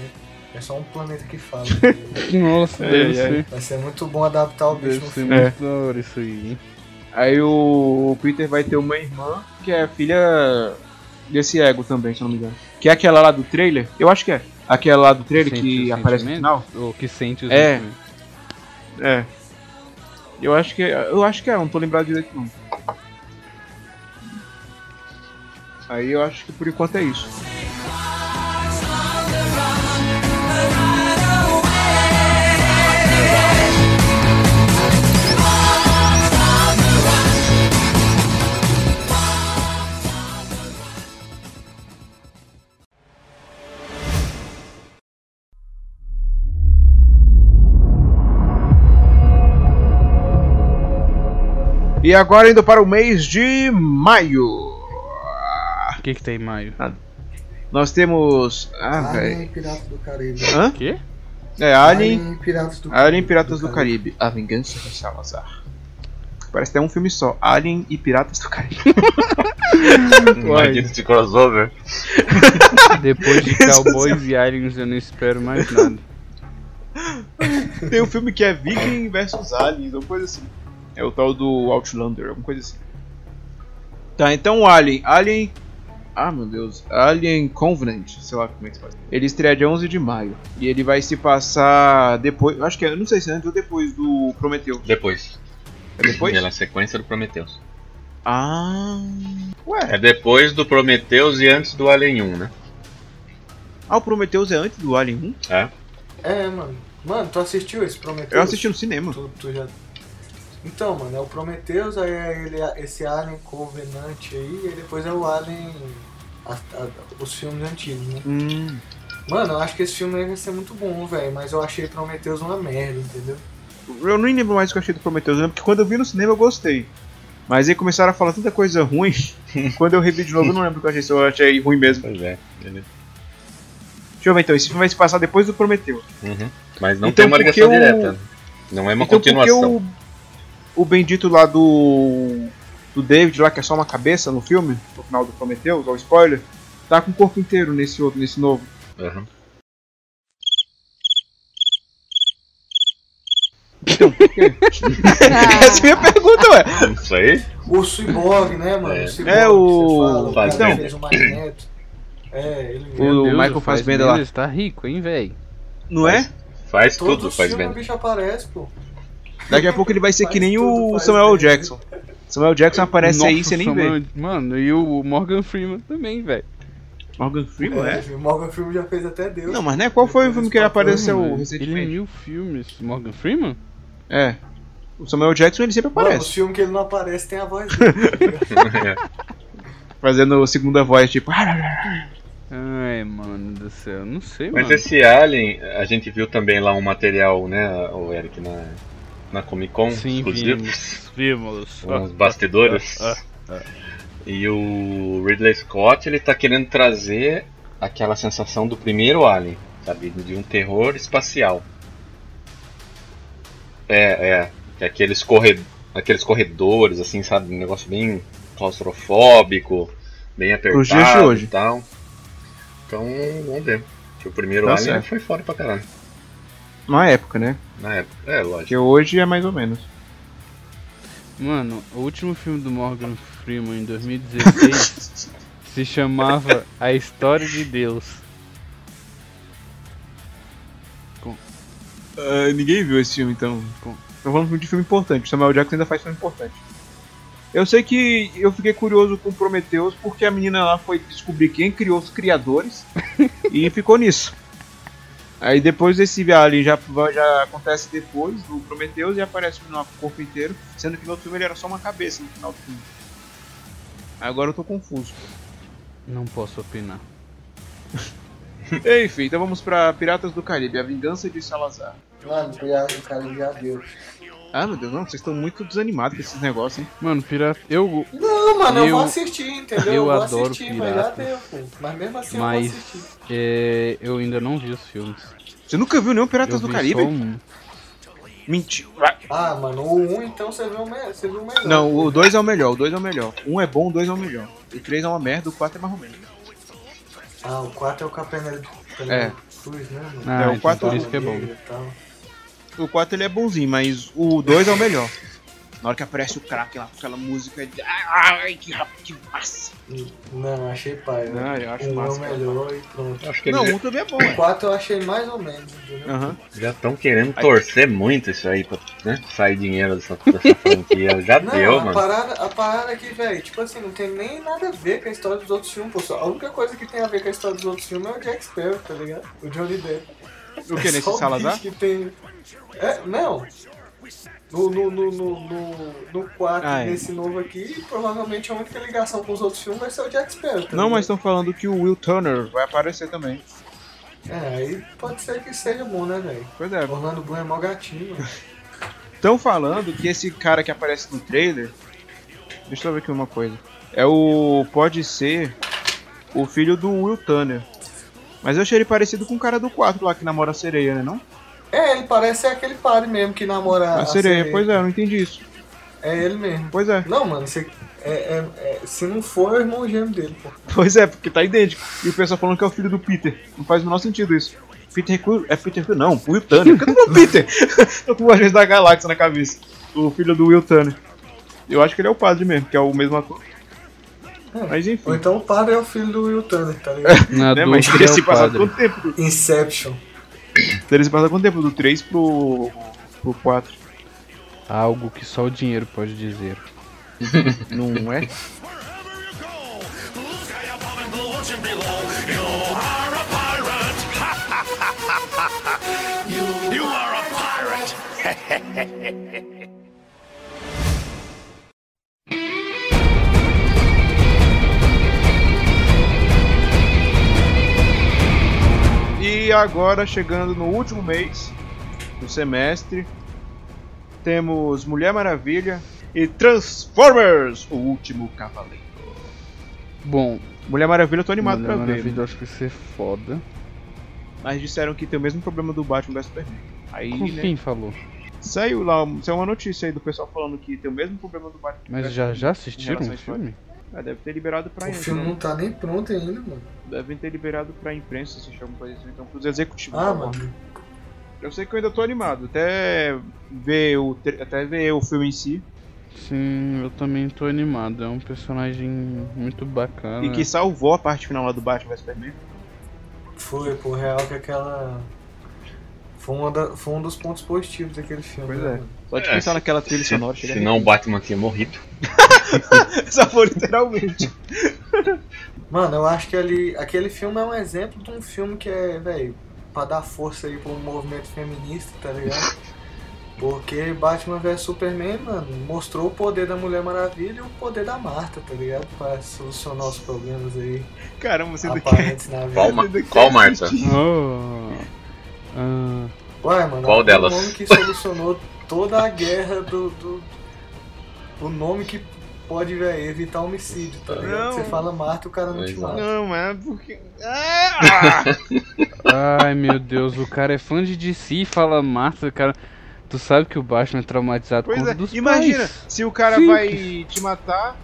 S5: É só um planeta que fala.
S2: Nossa,
S1: Ai,
S2: deve
S1: ai.
S2: ser.
S5: Vai ser muito bom adaptar o
S2: Deve
S5: bicho no
S2: ser
S5: filme.
S2: muito
S1: É.
S2: da hora isso aí, hein?
S1: Aí o Peter vai ter uma irmã que é filha desse ego também, se eu não me engano. Que é aquela lá do trailer? Eu acho que é. Aquela lá do trailer
S2: Sente
S1: que
S2: os
S1: aparece no final.
S2: sentimentos? Ou que sente os
S1: É.
S2: sentimentos.
S1: É. Eu acho que eu acho que é, não tô lembrado direito não. Aí eu acho que por enquanto é isso. E agora indo para o mês de maio.
S2: O que que tem em maio?
S1: Nós temos. Ah, velho.
S5: Alien Pirata do Caribe.
S1: Hã?
S2: O quê?
S1: É Alien.
S5: Piratas do
S1: Alien e Piratas do Caribe. A Vingança de Salazar. Parece até um filme só. Alien e Piratas do Caribe.
S3: Hum, Imagina esse crossover.
S2: Depois de Cowboys e Aliens eu não espero mais nada.
S1: Tem um filme que é Viking vs Aliens, alguma coisa assim. É o tal do Outlander, alguma coisa assim. Tá, então o Alien. Alien. Ah, meu Deus. Alien Covenant, sei lá como é que se faz. Ele estreia dia 11 de maio. E ele vai se passar depois. eu Acho que é, eu não sei se é antes ou depois do Prometeu.
S3: Depois.
S1: É depois?
S3: Pela sequência do Prometheus.
S1: Ah.
S3: É
S1: Ué,
S3: depois do Prometheus e antes do Alien 1, né?
S1: ah, o Prometheus é antes do Alien 1?
S3: É.
S5: É, mano. Mano, tu assistiu esse Prometheus?
S1: Eu assisti no cinema.
S5: Tu, tu já... Então, mano, é o Prometheus, aí é ele, esse Alien Covenant aí, e depois é o Alien. a- a- os filmes antigos, né?
S1: Hum,
S5: Mano, eu acho que esse filme aí vai ser muito bom, velho, mas eu achei Prometheus uma merda, entendeu?
S1: eu nem lembro mais o que eu achei do Prometheus, eu lembro que quando eu vi no cinema eu gostei. Mas aí começaram a falar tanta coisa ruim. quando eu revi de novo, eu não lembro o que eu achei, se eu achei ruim mesmo.
S3: Pois é. Ele-
S1: Deixa eu ver então, esse filme vai se passar depois do Prometheus.
S3: Uhum. Mas não
S1: Então,
S3: tem uma
S1: porque
S3: ligação
S1: o-
S3: direta. né? Não é uma
S1: então, porque
S3: continuação.
S1: o, o bendito lá do. do David lá, que é só uma cabeça no filme, no final do Prometheus, ou spoiler, tá com o corpo inteiro nesse outro, nesse novo.
S3: Uhum.
S1: Essa é a minha pergunta, ué.
S3: Isso aí?
S5: O Cyborg, né, mano?
S3: É.
S5: o Cyborg,
S1: É,
S5: que
S1: o-
S5: você fala, o cara
S3: Fazbender.
S5: que fez o Magneto. É, ele
S1: O
S5: mesmo.
S1: Michael Fassbender lá.
S2: Tá rico, hein, velho?
S1: Não é?
S3: Faz
S5: Todos
S3: tudo,
S5: os
S3: faz
S5: filmes
S3: bem.
S5: o bicho aparece, pô.
S1: Daqui a pouco ele vai ser que
S5: Faz
S1: nem
S5: tudo,
S1: o
S5: faz
S1: Samuel
S5: bem.
S1: Jackson. Samuel Jackson aparece aí e você nem vê.
S2: Mano, e o Morgan Freeman também, velho.
S1: Morgan Freeman, é?
S5: O Morgan Freeman já fez até Deus.
S1: Não, mas né? Qual foi o filme que ele apareceu
S2: Mano, é Ele em
S1: recentemente?
S2: mil filmes. Morgan Freeman?
S1: É. O Samuel Jackson ele sempre
S5: Mano, os
S1: aparece.
S5: filmes que ele não aparece tem a voz dele.
S1: Fazendo segunda voz, tipo.
S2: Ai, mano do céu, não sei,
S3: Mas
S2: mano.
S3: esse Alien, a gente viu também lá um material, né, o Eric, na, na Comic
S1: é um
S3: Con,
S2: Sim,
S3: exclusivo.
S2: vimos. Vimos.
S1: Ah,
S3: uns bastidores.
S2: ah,
S3: E o Ridley Scott, ele tá querendo trazer aquela sensação do primeiro Alien, sabe? De um terror espacial. É, é. Que Aqueles, corre... aqueles corredores, assim, sabe? Um negócio bem claustrofóbico, bem apertado
S1: Pros dias de hoje.
S3: e tal. Então, vamos ver. Que o primeiro
S1: Tá
S3: Alien
S1: certo.
S3: foi fora pra caralho.
S1: Na época, né?
S3: Na época. É, lógico.
S1: Porque hoje é mais ou menos.
S2: Mano, o último filme do Morgan Freeman em 2016 se chamava A História de Deus.
S1: Ah, ninguém viu esse filme, então. pô. Então vamos de filme importante. O Samuel Jackson ainda faz filme importante. Eu sei que eu fiquei curioso com Prometheus porque a menina lá foi descobrir quem criou os criadores e ficou nisso. Aí depois desse Alien já, já acontece depois do Prometheus e aparece no corpo inteiro, sendo que no outro filme ele era só uma cabeça no final do filme. Agora eu tô confuso.
S2: Não posso opinar.
S1: Enfim, então vamos pra Piratas do Caribe, a vingança de Salazar.
S5: Mano, o cara- o cara já deu.
S1: Ah meu Deus, não, vocês estão muito desanimados com esses negócios, hein?
S2: Mano, pirata. Eu.
S5: Não, mano, eu,
S2: Eu-
S5: vou assistir, entendeu?
S2: eu
S5: vou
S2: adoro
S5: assistir, mas já
S2: piratas.
S5: deu, pô. Mas mesmo assim eu vou assistir.
S2: Mas. é, eu ainda não vi os filmes.
S1: Você nunca viu nenhum
S2: Eu
S1: Piratas do
S2: vi
S1: Caribe?
S2: só um.
S1: Mentira.
S5: Ah, mano, o 1 então você viu, o me- você viu o melhor.
S1: Não, o 2 é o melhor, o 2 é o melhor. Um é bom, o 2 é o melhor. O 3 é uma merda, o 4 é mais ou menos.
S5: Ah, o 4 é o Capenel
S1: É.
S5: Cruz, né, mano?
S2: Ah,
S1: É, o
S2: então
S1: quatro-
S2: por isso que é bom.
S1: O 4 ele é bonzinho, mas o 2 é o melhor. Na hora que aparece o crack lá com aquela música de. Ai, que rap, que massa!
S5: Não, achei pai.
S1: Não, eu acho
S5: o
S1: massa,
S5: é o melhor e pronto.
S3: Acho que
S1: Não,
S3: eles
S1: um também é bom,
S5: O
S1: é.
S5: 4 eu achei mais ou menos, entendeu?
S1: Aham.
S3: já estão querendo torcer muito isso aí pra né, sair dinheiro dessa, dessa franquia. Já
S5: Não,
S3: deu,
S5: a,
S3: É, mano.
S5: Parada, a parada aqui, velho, tipo assim, não tem nem nada a ver com a história dos outros filmes, pô. Só A única coisa que tem a ver com a história dos outros filmes é o Jack Sparrow, tá ligado? O Johnny Depp.
S1: O que,
S5: É Só
S1: nesse
S5: o
S1: Salazar?
S5: bicho Que tem... É, não. No, no, no, no, no, no 4,
S1: Ah, é.
S5: nesse novo aqui, provavelmente a única ligação com os outros filmes vai ser o Jack Sparrow. tá
S1: Não, mas
S5: ligado?
S1: estão falando que o Will Turner vai aparecer também.
S5: É, aí pode ser que seja bom, né, velho?
S1: Pois é.
S5: Orlando Bloom é mó gatinho. mano.
S1: Estão falando que esse cara que aparece no trailer. Deixa eu ver aqui uma coisa. É o. Pode ser o filho do Will Turner. Mas eu achei ele parecido com o cara do 4 lá que namora a sereia, né? Não?
S5: É, ele parece aquele padre mesmo que namora
S1: a,
S5: Ah, a
S1: sereia, pois é, eu não entendi isso.
S5: É ele mesmo.
S1: Pois é.
S5: Não, mano, você... é- é- é- se não for, é o irmão gêmeo dele, pô.
S1: Pois é, porque tá idêntico. E o pessoal falando que é o filho do Peter. Não faz o menor sentido isso. Peter Quill. É Peter Quill, não. Will Turner. Cadê o Peter? Tô com o Agente da Galáxia na cabeça. O filho do Will Turner. Eu acho que ele é o padre mesmo, que é o mesmo ator. Mas
S5: Ou
S1: enfim.
S5: então o padre é o filho do Will Turner, tá ligado?
S2: Na
S1: Né, mas
S2: dúvida
S1: teria
S2: é
S1: se
S2: o
S1: passado
S2: padre.
S1: quanto tempo do
S5: Inception.
S1: Teria se passado quanto tempo? Do 3 pro. pro 4.
S2: Algo que só o dinheiro pode dizer.
S1: Não é?
S7: ocean below. You are a pirate. you, you are a pirate.
S1: E agora, chegando no último mês do semestre, temos Mulher Maravilha e Transformers, o último cavaleiro.
S2: Bom,
S1: Mulher Maravilha eu tô animado
S2: Mulher
S1: pra ver, né?
S2: Maravilha eu acho que vai ser foda.
S1: mas disseram que tem o mesmo problema do Batman vs Superman. Aí,
S2: Com
S1: né,
S2: quem falou?
S1: saiu lá, um, saiu uma notícia aí do pessoal falando que tem o mesmo problema do Batman.
S2: Mas
S1: vs
S2: já já
S1: Em
S2: assistiram
S1: relação
S2: o
S1: a
S2: filme?
S1: Ah, deve ter liberado pra
S5: O
S1: imprensa. né?
S5: filme não tá nem pronto ainda, mano.
S1: Devem ter liberado pra imprensa, se chama coisa assim, então pros executivos.
S5: Ah,
S1: tá bom.
S5: mano.
S1: Eu sei que eu ainda tô animado, até ver o, tre- até ver o filme em si.
S2: Sim, eu também tô animado. É um personagem muito bacana.
S1: E que salvou a parte final lá do Batman vs Superman.
S5: Foi, pô, real que aquela. Foi, uma da- foi um dos pontos positivos daquele filme.
S1: Pois
S5: né,
S1: é.
S5: mano?
S1: Só de
S3: É,
S1: pensar naquela trilha
S3: Se,
S1: sonora, chega
S3: se não, o Batman tinha morrido.
S1: Essa foi literalmente.
S5: Mano, eu acho que ali. Aquele filme é um exemplo de um filme que é, velho, pra dar força aí pro movimento feminista, tá ligado? Porque Batman vs Superman, mano, mostrou o poder da Mulher Maravilha e o poder da Marta, tá ligado? Pra solucionar os problemas aí
S1: Caramba, você daqui.
S5: aparentes na vida.
S3: Qual, ma- qual Marta?
S2: Oh. Ah,
S5: Ué, mano,
S3: Qual
S5: o
S3: delas?
S5: nome que solucionou toda a guerra do. do- o nome que pode véi, evitar homicídio, tá ligado?
S1: Não.
S5: Você fala Marta, o cara não te
S3: Exato.
S5: mata.
S1: Não, mas porque. Ah!
S2: Ai meu Deus, o cara é fã de DC e fala Marta, cara. Tu sabe que o Batman é traumatizado por
S1: Pois
S2: conta
S1: é,
S2: dos
S1: imagina,
S2: pais.
S1: se o cara
S2: Simples.
S1: vai te matar,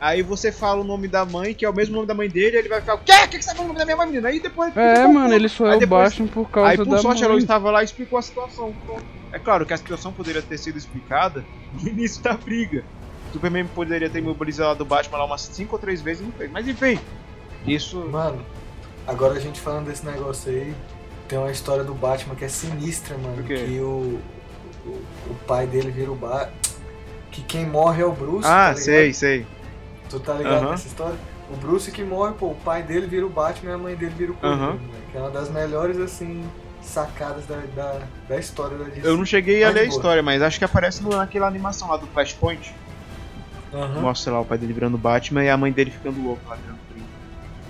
S1: aí você fala o nome da mãe, que é o mesmo nome da mãe dele, aí ele vai ficar, o quê? O que que você tá falando o nome da minha mãe, menina? Aí depois...
S2: É,
S1: depois-
S2: mano, ele só é
S1: Aí
S2: o
S1: depois-
S2: Batman por
S1: Aí,
S2: causa
S1: por
S2: da
S1: sorte,
S2: mãe.
S1: ela é estava lá e explicou a situação. Pronto. É claro que a situação poderia ter sido explicada no início da briga. Superman poderia ter imobilizado o Batman lá umas 5 ou 3 vezes e não fez. Mas enfim, isso...
S5: Mano, agora a gente falando desse negócio aí, tem uma história do Batman que é sinistra, mano.
S1: O quê?
S5: Que o, o, o pai dele vira o Batman. Que quem morre é o Bruce. tá
S1: Ah,
S5: ligado?
S1: sei, sei.
S5: Tu tá ligado
S1: Aham.
S5: nessa história? O Bruce que morre, pô, o pai dele vira o Batman e a mãe dele vira o Coringa,
S1: Aham.
S5: né? Que é uma das melhores, assim, sacadas da, da, da história da DC.
S1: Eu não cheguei a
S5: Mas
S1: ler a
S5: Tá boa.
S1: história, mas acho que aparece no- naquela animação lá do Flashpoint.
S5: Aham.
S1: Mostra lá o pai dele virando Batman e a mãe dele ficando louco lá virando Coringa.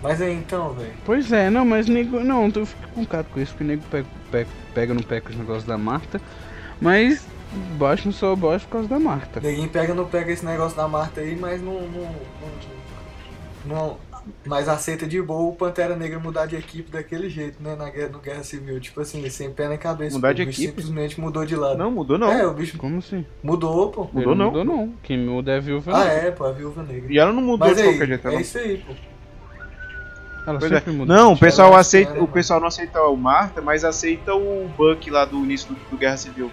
S5: Mas aí então, velho.
S2: Pois é, não, mas nego. Não, eu fico com cato com isso, porque nego pega, pega, pega no pé com os negócios da Marta. Mas o Batman só é o Batman por causa da Marta.
S5: Ninguém pega não pega esse negócio da Marta aí, mas não. não, não, não- mas aceita de boa o Pantera Negra mudar de equipe daquele jeito, né? Na guerra, no Guerra Civil. Tipo assim, sem pé nem cabeça.
S1: Mudar
S5: o
S1: de
S5: bicho
S1: equipe?
S5: simplesmente mudou de lado.
S1: Não, mudou não.
S5: É, o bicho
S2: Como assim?
S5: mudou, pô.
S1: Mudou
S2: Ele
S1: não.
S2: Mudou não. Quem muda é a viúva.
S5: Ah,
S2: Negra.
S5: é, pô, a viúva negra.
S1: E ela não mudou
S5: Mas
S1: de
S5: aí,
S1: qualquer jeito, ela
S5: é isso aí, pô.
S2: Ela
S1: Pois é.
S2: sempre muda.
S1: Não, o pessoal
S5: Ela
S1: aceita,
S5: era,
S1: o
S5: mano.
S1: pessoal não aceita o Marta, mas aceita o Buck lá do início do, do Guerra Civil.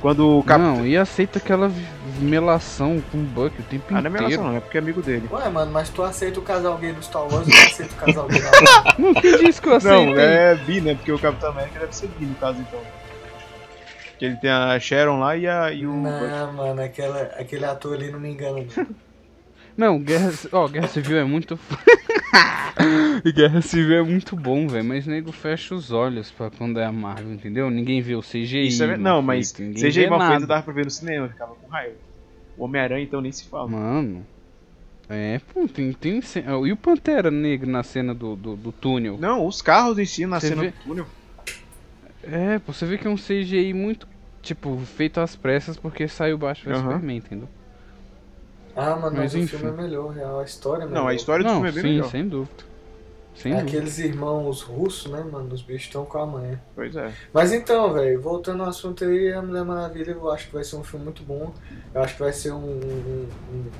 S1: Quando o Cap...
S2: Não, e aceita aquela vi- melação com o Buck o tempo
S1: ah, não é
S2: inteiro.
S1: relação, não, é porque é amigo dele.
S5: Ué, mano, mas tu aceita o casal gay do Star Wars e não aceita o casal gay da Marvel?
S2: Não, quem disse que eu aceito?
S1: Não, é bi, né? Porque o Capitão América deve ser bi no caso então. Que ele tem a Sharon lá e, a, e o Buck.
S5: Não, mano, aquela, aquele ator ali não me né. engana, não.
S2: Não, Guerra, ó, Guerra Civil é muito. f- Guerra Civil é muito bom, velho. Mas nego fecha os olhos pra quando é a Marvel, entendeu? Ninguém vê o CGI.
S1: Isso é ver- não,
S2: mal
S1: mas
S2: feito, ninguém
S1: seja
S2: vê
S1: mal feito,
S2: nada.
S1: dava pra ver no cinema, eu ficava com raiva. O Homem-Aranha então nem se fala.
S2: Mano. É, pô, tem, tem ce- ó, E o Pantera Negro na cena do, do, do túnel?
S1: Não, os carros em si na
S2: Você
S1: cena
S2: vê-
S1: do túnel.
S2: É, pô, você vê que é um CGI muito, tipo, feito às pressas porque saiu baixo vs
S1: Aham.
S2: Superman, entendeu?
S5: Ah, mano, mas,
S2: Mas
S5: o
S2: enfim.
S5: filme é melhor, real. A história é melhor.
S1: Não, a história do
S2: Não,
S1: filme é
S2: sim,
S1: bem melhor.
S2: sem dúvida. Sem
S5: É
S2: dúvida.
S5: Aqueles irmãos russos, né, mano? Os bichos estão com a manha.
S1: Pois é.
S5: Mas então, velho, voltando ao assunto aí, a Mulher Maravilha eu acho que vai ser um filme muito bom. Eu acho que vai ser um. um- um-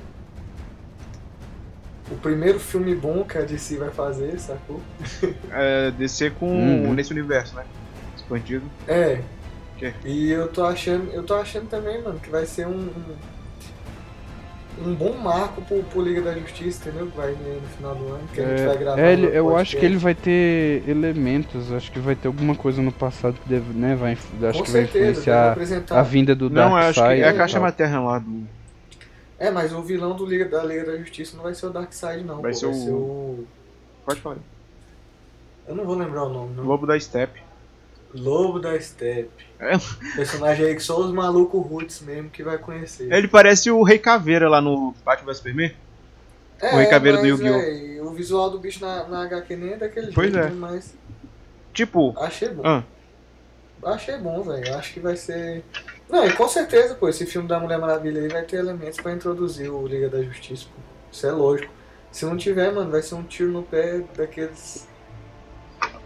S5: O primeiro filme bom que a DC vai fazer, sacou?
S1: é descer com
S2: Uhum.
S1: nesse universo, né? Expandido.
S5: É.
S1: Ok.
S5: E eu tô achando, eu tô achando também, mano, que vai ser um. um- Um bom marco pro, pro Liga da Justiça, entendeu? Que vai vir no final do ano, que a gente vai gravar.
S2: É, ele-
S5: no
S2: eu
S5: podcast.
S2: acho que ele vai ter elementos, acho que vai ter alguma coisa no passado que deve, né, vai, influ- acho
S5: Com
S2: que vai
S5: certeza, deve
S2: influenciar a
S5: apresentar. um
S2: vinda do Tá.
S1: Não, eu acho que
S2: Darkseid
S1: é a
S2: e
S1: caixa
S2: tal.
S1: materna lá do.
S5: É, mas o vilão do Liga, da Liga da Justiça não vai ser o Darkseid, não.
S1: Vai
S5: pô,
S1: ser o-
S5: vai ser o.
S1: Pode falar. aí.
S5: Eu não vou lembrar o nome, não.
S1: Lobo da Steppe.
S5: Lobo da Steppe.
S1: É.
S5: Personagem aí que só os malucos roots mesmo que vai conhecer.
S1: Ele parece o Rei Caveira lá no Batman vs Superman.
S5: É,
S1: o Rei Caveiro do
S5: mas,
S1: Yu-Gi-Oh!
S5: véi, O visual do bicho na, na HQ nem é daquele
S1: Pois
S5: jeito,
S1: é.
S5: né, mas
S1: Tipo.
S5: achei bom.
S1: Ah,
S5: Achei bom, velho. Acho que vai ser. Não, e com certeza, pô, esse filme da Mulher Maravilha aí vai ter elementos pra introduzir o Liga da Justiça, pô. Isso é lógico. Se não tiver, mano, vai ser um tiro no pé daqueles.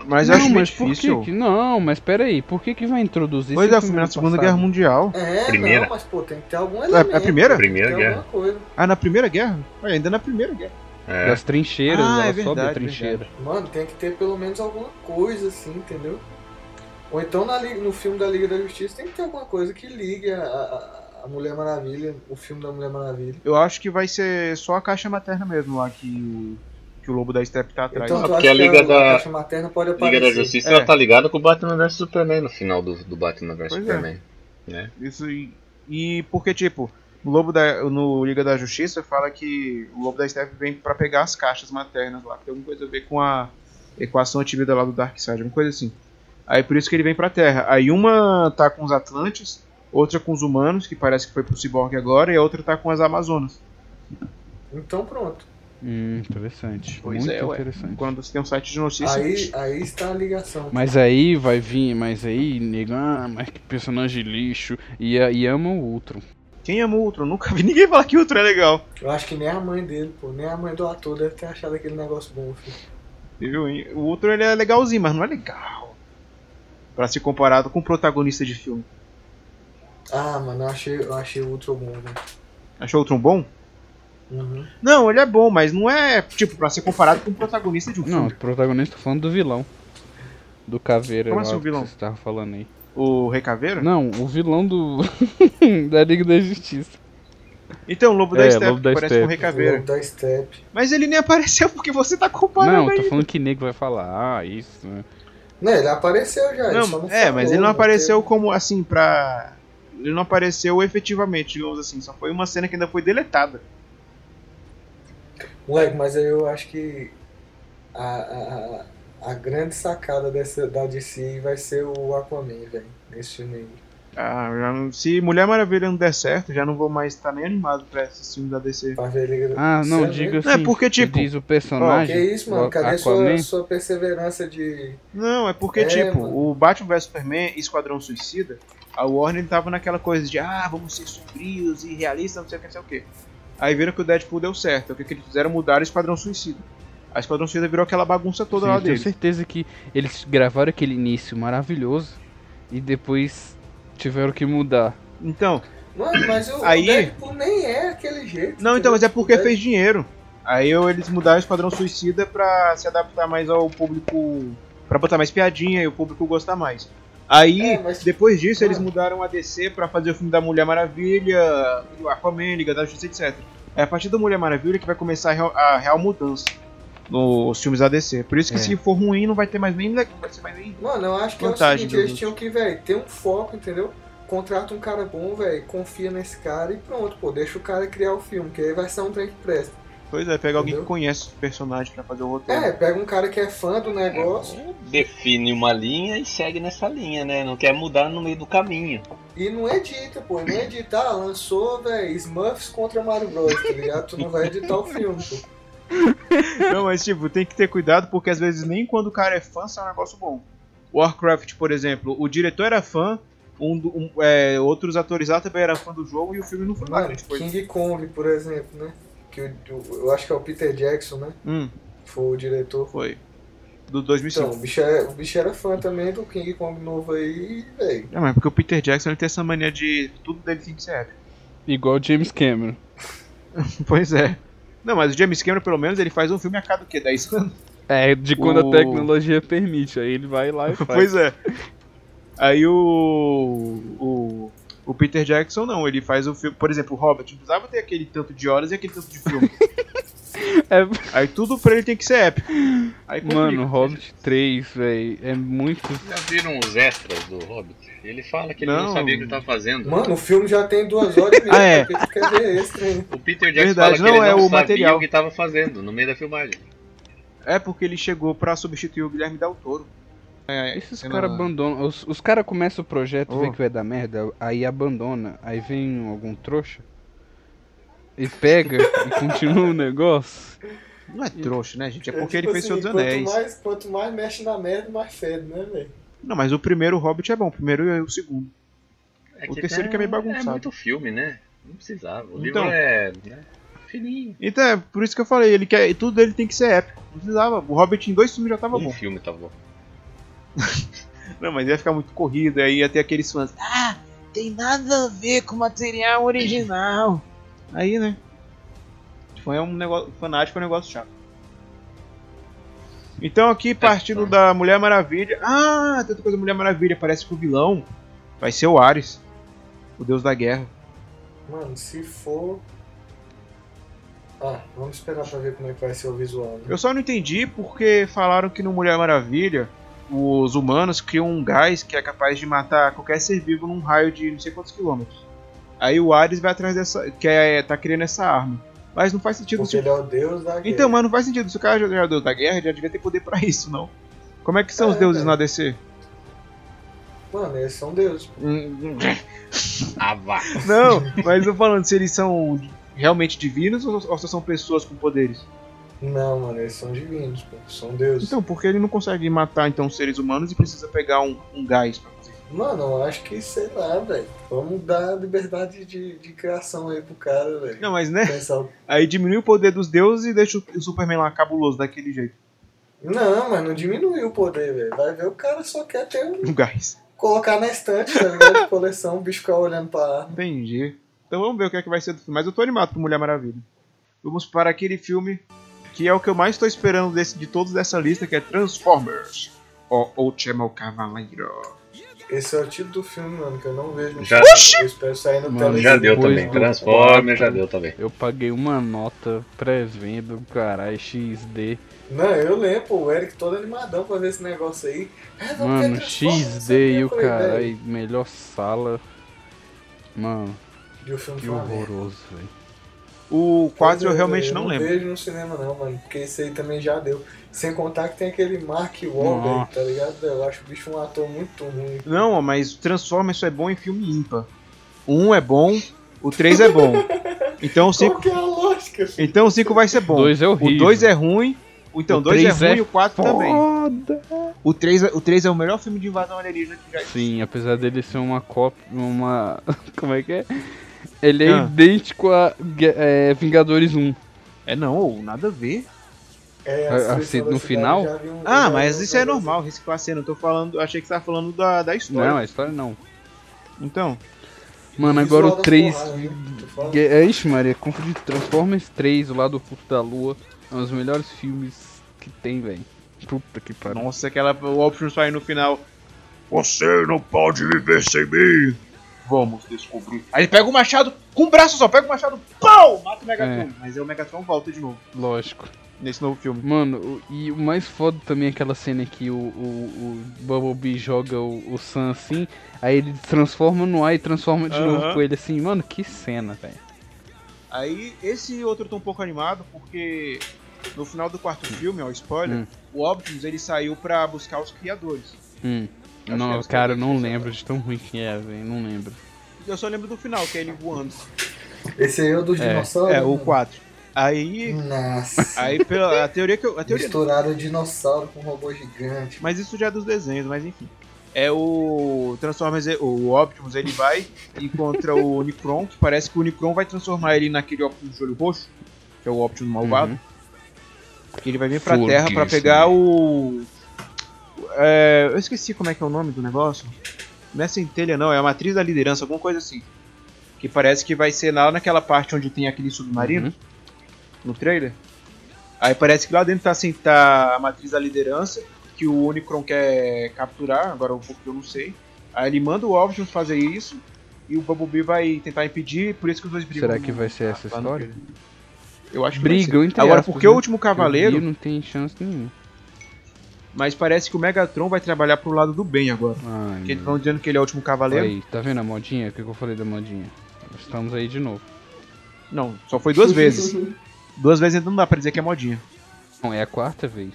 S1: mas eu
S2: não,
S1: acho meio
S2: mas
S1: difícil.
S2: por que que... Não, mas peraí, por que que vai introduzir
S1: Pois
S2: se
S1: é,
S2: o
S1: foi na
S2: ano
S1: Segunda
S2: passado?
S1: Guerra Mundial.
S5: É,
S3: Primeira.
S5: não, mas pô, tem que ter algum
S1: É
S5: elemento.
S1: a primeira?
S5: tem
S3: Primeira
S5: que ter
S3: guerra.
S5: alguma coisa.
S1: Ah, na Primeira Guerra? Olha, ainda na Primeira Guerra.
S3: É,
S2: Das trincheiras,
S1: Ah,
S2: ela
S1: é
S2: sobe a
S1: verdade,
S2: trincheira.
S5: Mano, tem que ter pelo menos alguma coisa, assim, entendeu? Ou então na Liga- no filme da Liga da Justiça tem que ter alguma coisa que ligue a, a- a Mulher Maravilha, o filme da Mulher Maravilha.
S1: Eu acho que vai ser só a caixa materna mesmo lá que o, que o Lobo da Steppe tá atrás.
S5: Então,
S3: Ah,
S5: tu acha
S3: porque
S5: que
S3: a Liga
S5: a,
S3: da-
S5: caixa materna pode aparecer.
S3: Liga da Justiça
S1: É.
S3: ela tá ligada com o Batman vs Superman no final do, do Batman vs
S1: Pois é.
S3: Superman. Né?
S1: Isso e, e porque, tipo, o Lobo da, no Liga da Justiça fala que o Lobo da Steppe vem pra pegar as caixas maternas lá, que tem alguma coisa a ver com a equação antivida lá do Darkseid, alguma coisa assim. Aí por isso que ele vem pra Terra. Aí uma tá com os Atlantes, outra com os humanos, que parece que foi pro Cyborg agora, e a outra tá com as Amazonas.
S5: Então pronto.
S2: Hum, interessante.
S1: Pois
S2: Muito
S1: é, ué.
S2: interessante.
S1: Quando você tem um site de notícias.
S5: Aí, aí está a ligação.
S2: Mas aí vai vir, mas aí, nego, ah, mas que personagem lixo. E, ah, e ama o Ultron.
S1: Quem ama o Ultron? Nunca vi ninguém falar que o Ultron é legal.
S5: Eu acho que nem a mãe dele, pô, nem a mãe do ator deve ter achado aquele negócio bom, filho.
S1: Você viu, hein? O Ultron ele é legalzinho, mas não é legal. Pra ser comparado com o protagonista de filme.
S5: Ah, mano, eu achei, eu achei o Ultron bom, né?
S1: Achou o Ultron bom?
S5: Uhum.
S1: Não, ele é bom, mas não é, tipo, pra ser comparado com o protagonista de um
S2: Não, o
S1: filme.
S2: protagonista tô falando do vilão. Do Caveira,
S1: Como
S2: lá
S1: assim o
S2: que
S1: vilão?
S2: vocês estavam falando aí.
S1: O Rei Caveira?
S2: Não, o vilão do. da Liga da Justiça.
S1: Então, o Lobo da
S2: É,
S1: Steppe,
S2: Lobo da
S1: que parece
S2: Steppe.
S1: com o Rei Caveira.
S5: Lobo da Step.
S1: Mas ele nem apareceu porque você tá comparando
S2: não, tô
S1: aí.
S2: falando que nego vai falar, ah, isso. né?
S5: Não, ele apareceu já, ele só
S1: Não,
S5: não
S1: é,
S5: falou,
S1: mas ele não
S5: teve-
S1: apareceu como, assim, pra... Ele não apareceu efetivamente, digamos assim. Só foi uma cena que ainda foi deletada.
S5: Moleque, mas eu acho que a, a, a- a grande sacada dessa, da DC vai ser o Aquaman, velho, nesse filme aí.
S1: Ah, já não- se Mulher Maravilha não der certo, já não vou mais estar nem animado pra esses filmes da DC.
S5: Pra ver a Liga da-
S2: Ah, não,
S5: Sério
S2: diga
S5: mesmo?
S2: assim.
S1: Não, é porque, tipo,
S2: Diz o personagem.
S5: Que isso, mano?
S2: o
S5: Cadê
S2: Aquaman,
S5: sua, sua perseverança de.
S1: Não, é porque,
S5: É,
S1: tipo,
S5: mano.
S1: o Batman vs Superman e Esquadrão Suicida, a Warner tava naquela coisa de, ah, vamos ser sombrios e realistas, não sei o que, não sei o que. Aí viram que o Deadpool deu certo. é O que, que eles fizeram? Mudaram o Esquadrão Suicida. A Esquadrão Suicida virou aquela bagunça toda
S2: Sim,
S1: lá
S2: eu tenho
S1: dele.
S2: certeza que eles gravaram aquele início maravilhoso e depois tiveram que mudar.
S1: Então,
S5: Mano, mas o,
S1: Aí-
S5: o Deadpool nem é aquele jeito.
S1: não, então,
S5: entendeu?
S1: mas é porque
S5: O Deadpool-
S1: fez dinheiro. Aí eu- eles mudaram o Esquadrão Suicida pra se adaptar mais ao público. pra botar mais piadinha e o público gostar mais. Aí,
S5: É, mas-
S1: depois disso, eles
S5: Mano.
S1: mudaram a DC pra fazer o filme da Mulher Maravilha, o Aquaman, Liga da Justiça, etc. É a partir da Mulher Maravilha que vai começar a real, a real mudança nos filmes da DC. Por isso que
S2: É.
S1: se for ruim, não vai ter mais nem. le- Não vai ser mais nem.
S5: Mano, eu acho que é o
S1: Vantagem
S5: seguinte,
S1: do
S5: eles
S1: Hulk.
S5: tinham que, velho, ter um foco, entendeu? Contrata um cara bom, velho, confia nesse cara e pronto, pô, deixa o cara criar o filme, que aí vai ser um trem que presta.
S1: Pois é, pega alguém que
S5: Entendeu?
S1: conhece o personagem pra fazer o roteiro.
S5: É, pega um cara que é fã do negócio
S3: Define uma linha e segue nessa linha, né? Não quer mudar no meio do caminho.
S5: e não edita, pô, não edita, ah, lançou, velho, Smurfs contra Mario Bros, tá ligado? Tu não vai editar o filme, pô.
S1: Não, mas tipo, tem que ter cuidado porque às vezes nem quando o cara é fã sai um negócio bom. Warcraft, por exemplo, o diretor era fã, um do- um- é, outros atores lá também eram fã do jogo e o filme não foi lá
S5: Mano,
S1: grande coisa.
S5: King Kong, por exemplo, né? Que o- o- eu acho que é o Peter Jackson, né?
S1: Hum,
S5: Foi o diretor.
S1: foi. Do
S5: Então,
S1: 2005.
S5: o bicho, era, o bicho era fã também do King Kong novo aí, velho.
S1: É, mas porque o Peter Jackson ele tem essa mania de tudo dele tem que ser épico.
S2: Igual o James Cameron.
S1: Pois é. Não, mas o James Cameron, pelo menos, ele faz um filme a cada o quê? 10 anos?
S2: É, de quando
S1: O-
S2: a tecnologia permite. Aí ele vai lá e faz.
S1: Pois é. Aí o, o. O Peter Jackson não, ele faz o filme. Por exemplo, o Robert, não precisava ter aquele tanto de horas e aquele tanto de filme.
S2: É,
S1: Aí tudo pra ele tem que ser épico. Aí complica.
S2: Mano, Hobbit 3, velho, é muito.
S3: Já viram os extras do Hobbit? Ele fala que ele não,
S1: Não.
S3: sabia o que ele tava fazendo.
S5: Mano, o filme já tem duas horas e meia,
S1: Ah, é.
S5: porque tu quer ver esse trem.
S3: O Peter Jackson
S1: Verdade,
S3: fala
S1: não,
S3: que ele
S1: é
S3: não
S1: o
S3: sabia
S1: material.
S3: o que tava fazendo no meio da filmagem.
S1: É porque ele chegou pra substituir o Guilherme Del Toro. É,
S2: Esses
S1: cena-
S2: caras abandonam. Os, os caras começam o projeto,
S1: Oh.
S2: vê que vai dar merda, aí abandona. Aí vem algum trouxa e pega e continua o negócio.
S1: Não é trouxa, né, gente? É
S5: É,
S1: porque
S5: tipo
S1: ele fez
S5: assim,
S1: Seus
S5: quanto
S1: Anéis.
S5: Mais, quanto mais mexe na merda, mais fede, né, velho?
S1: Não, mas o primeiro Hobbit é bom, o primeiro e o segundo.
S3: É
S1: O terceiro que é meio bagunçado.
S3: É muito filme, né? Não precisava. O
S1: Então.
S3: livro é. né, Fininho.
S1: Então, é por isso que eu falei, ele quer, tudo dele tem que ser épico. Não precisava, o Hobbit em dois filmes já tava
S3: um
S1: bom.
S3: filme tá bom.
S1: Não, mas ia ficar muito corrido, aí ia ter aqueles fãs. Ah, tem nada a ver com o material original. Aí, né? Foi um negócio. Fanático é um negócio chato. Então aqui, partindo da Mulher Maravilha. Ah, tanta coisa da Mulher Maravilha. Parece que o vilão vai ser o Ares. O deus da guerra.
S5: Mano, se for. Ah, vamos esperar pra ver como é que vai ser o visual. Né?
S1: Eu só não entendi porque falaram que no Mulher Maravilha os humanos criam um gás que é capaz de matar qualquer ser vivo num raio de não sei quantos quilômetros. Aí o Ares vai atrás dessa. quer tá criando essa arma. Mas não faz sentido
S5: Porque
S1: se...
S5: ele é o deus da guerra.
S1: Então, mas não faz sentido. Se o cara já é o deus da guerra, ele já devia ter poder pra isso, não. Como é que são os
S5: É,
S1: deuses
S5: cara.
S1: na DC?
S5: Mano, eles são deuses. pô.
S3: Ah, vá.
S1: Não, mas eu falando se eles são realmente divinos ou, ou se são pessoas com poderes.
S5: Não, mano, eles são divinos, pô. São deuses.
S1: Então, porque ele não consegue matar então seres humanos e precisa pegar um, um gás pra fazer isso.
S5: Mano, eu acho que, sei lá, velho. Vamos dar liberdade de, de criação aí pro cara, velho.
S1: Não, mas né?
S5: Pensar o-
S1: Aí diminui o poder dos deuses e deixa o Superman lá cabuloso daquele jeito.
S5: Não, mas não diminuiu o poder, velho. Vai ver, o cara só quer ter um...
S1: No gás.
S5: Colocar na estante, tá ligado? De coleção, o bicho ficar olhando pra arma.
S1: Entendi. Então vamos ver o que é que vai ser do filme. Mas eu tô animado pro Mulher Maravilha. Vamos para aquele filme que é o que eu mais tô esperando desse, de todos dessa lista, que é Transformers. oh, O Último Cavaleiro.
S5: Esse é o tipo do filme, mano, que eu não vejo.
S3: Já-
S5: Eu espero sair no
S2: Mano,
S5: televisor.
S3: Já deu
S2: Depois
S3: também.
S2: do
S3: Transformer
S2: quarto.
S3: já deu também.
S2: Eu paguei uma nota pré-venda, um caralho, XD.
S5: Não, eu lembro, pô, o Eric todo animadão pra ver esse negócio aí. É, vamos ver
S2: Mano,
S5: Transformers, não
S2: XD
S5: sei
S2: e
S5: o
S2: o
S5: que, eu falei, velho.
S2: caralho, melhor sala. Mano,
S5: E o um filme
S2: que
S5: foi uma merda.
S2: horroroso, velho.
S1: O 4 eu
S5: Pois é,
S1: realmente não lembro.
S5: Não vejo no cinema não, mano, porque esse aí também já deu. Sem contar que tem aquele Mark Wahlberg,
S2: Nossa.
S5: tá ligado? Eu acho o bicho um ator muito ruim.
S1: Não, ó, mas Transformers só é bom em filme ímpar. O 1 é bom, o 3 é bom. Então o 5
S5: Qual que é a lógica, filho?
S1: então, o cinco vai ser bom.
S2: Dois é
S1: o
S2: horrível.
S1: 2 é ruim. o- Então,
S2: O
S1: 2 é
S2: três é
S1: ruim e o 4 também.
S2: Foda!
S1: O 3, o 3 é o melhor filme de invasão alienígena que já existiu.
S2: Sim, apesar dele ser uma cópia, uma... como é que é? Ele é
S1: Ah.
S2: idêntico a Gue- é, Vingadores 1.
S1: É não, ou nada a ver.
S5: É,
S2: Ah,
S5: seleção
S2: assim,
S5: da
S2: no
S5: cidade
S2: final?
S5: já vi um-
S1: Ah,
S5: já
S1: mas
S5: vi um
S1: isso é
S5: negócio.
S1: normal, reciclar cena. Eu tô falando, achei que você tava falando da, da
S2: Não,
S1: história.
S2: né? a história não.
S1: Então,
S2: Mano,
S5: O
S2: agora
S5: visual
S2: o
S5: das
S2: 3...
S5: porradas, né? Tu fala?
S2: É, ixi, Maria, confundi Transformers 3, O Lado Oculto da Lua, é um dos melhores filmes que tem, velho. Puta que pariu.
S1: nossa, aquela o Optimus sai no final. Você não pode viver sem mim. Vamos descobrir. Aí ele pega o machado com o braço só, pega o machado, pau! Mata o Megatron.
S2: É.
S1: Mas aí o Megatron volta de novo
S2: Lógico.
S1: nesse novo filme.
S2: Mano, o- e o mais foda também é aquela cena que o, o, o Bumblebee joga o, o Sam assim, aí ele transforma no ar e transforma de
S1: Aham.
S2: novo com ele assim. Mano, que cena, velho.
S1: Aí esse outro eu tô um pouco animado porque no final do quarto filme, ó, spoiler,
S2: Hum.
S1: o Optimus ele saiu pra buscar os criadores.
S2: Hum.
S1: Acho que é
S2: Não,
S1: era
S2: cara, eu
S1: só
S2: não
S1: isso,
S2: lembro de tão ruim que é, velho. Não lembro.
S1: Eu só lembro do final, que é ele voando.
S5: Esse aí é o dos
S2: É,
S5: dinossauros?
S1: É, o
S5: mano?
S1: 4.
S5: Hum.
S1: Aí,
S5: Nossa.
S1: aí pela a teoria que eu. A teoria não.
S5: Misturaram dinossauro com um robô gigante.
S1: Mas isso já é dos desenhos, mas enfim. É o Transformers, o Optimus, ele vai e contra o Unicron, que parece que o Unicron vai transformar ele naquele Optimus de olho roxo, que é o Optimus malvado. Que ele vai vir pra
S2: Forgive
S1: Terra pra
S2: me.
S1: pegar o. É, eu esqueci como é que é o nome do negócio. Não é centelha, não, é a matriz da liderança, alguma coisa assim. Que parece que vai ser lá naquela parte onde tem aquele submarino
S2: Uhum.
S1: no trailer. Aí parece que lá dentro tá, assim, tá a matriz da liderança, que o Unicron quer capturar, agora um pouco que eu não sei. Aí ele manda o Optimus fazer isso, e o Bumblebee vai tentar impedir, por isso que os dois brigam.
S2: Será
S1: no-
S2: que vai ser essa
S1: um lá no
S2: história?
S1: trailer. Eu acho que vai
S2: Brigam
S1: ser.
S2: entre
S1: Agora,
S2: aspas,
S1: porque o
S2: né?
S1: último cavaleiro,
S2: Eu vi, não tem chance nenhuma.
S1: mas parece que o Megatron vai trabalhar pro lado do bem agora.
S2: Ai,
S1: Porque eles
S2: mano.
S1: vão dizendo que ele é o último cavaleiro.
S2: tá Aí, tá vendo a modinha? O que que eu falei da modinha? Estamos aí de novo.
S1: Não, só foi duas vezes. Duas vezes não dá pra dizer que é modinha.
S2: Não, é a quarta vez.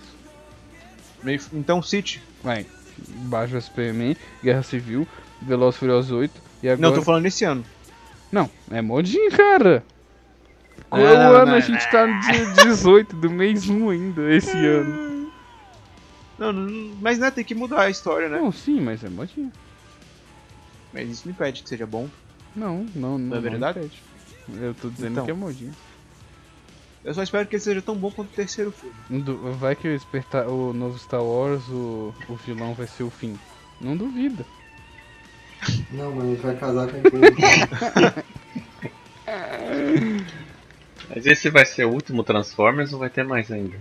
S1: Meio- Então, City.
S2: Vai. Batman Superman, Guerra Civil, Veloz e Furioso 8 e agora.
S1: Não, tô falando esse ano.
S2: Não, é modinho, cara. Qual é
S1: Não,
S2: o ano?
S1: não,
S2: a gente tá no dia 18 do mês 1 ainda, esse ano.
S1: Não, não- mas né, tem que mudar a história, né?
S2: Não, sim, mas é modinho.
S1: Mas isso não impede que seja bom.
S2: Não, não, não.
S1: Não é verdade?
S2: impede. Eu tô dizendo
S1: Então.
S2: que é modinho.
S1: Eu só espero que ele seja tão bom quanto o terceiro filme.
S2: Du- Vai que o, esperta- o novo Star Wars, o, o vilão vai ser o fim. Não duvida.
S8: Não, mas ele vai casar com quem?
S3: Mas esse vai ser o último Transformers ou vai ter mais ainda?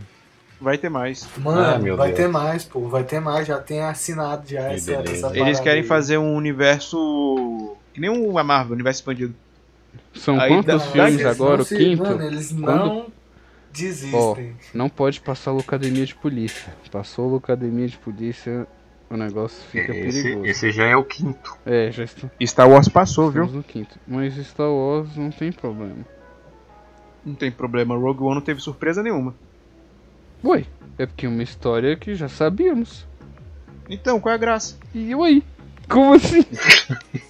S1: Vai ter mais.
S3: Ah,
S5: Mano,
S3: meu
S5: vai
S3: Deus.
S5: ter mais, pô. Vai ter mais, já tem assinado já
S3: Que
S5: essa,
S3: beleza.
S5: essa
S1: Eles
S5: parada
S1: querem
S5: aí.
S1: fazer um universo. Que nem o a Marvel, universo expandido.
S2: São
S1: Aí dá-
S2: quantos
S1: dá
S2: filmes
S5: eles
S2: agora?
S5: não
S2: O
S5: se-
S2: quinto?
S5: Mano, eles
S2: Quando-
S5: não desistem.
S2: Não pode passar loucademia de polícia. Passou loucademia de polícia, o negócio fica
S3: Esse,
S2: perigoso.
S3: esse já é o quinto.
S2: É, já está-
S1: Star Wars passou, viu?
S2: estamos no quinto. Mas Star Wars não tem problema.
S1: Não tem problema, Rogue One não teve surpresa nenhuma.
S2: Ué, é porque é uma história que já sabíamos.
S1: Então, qual é a graça?
S2: E eu aí? Como assim?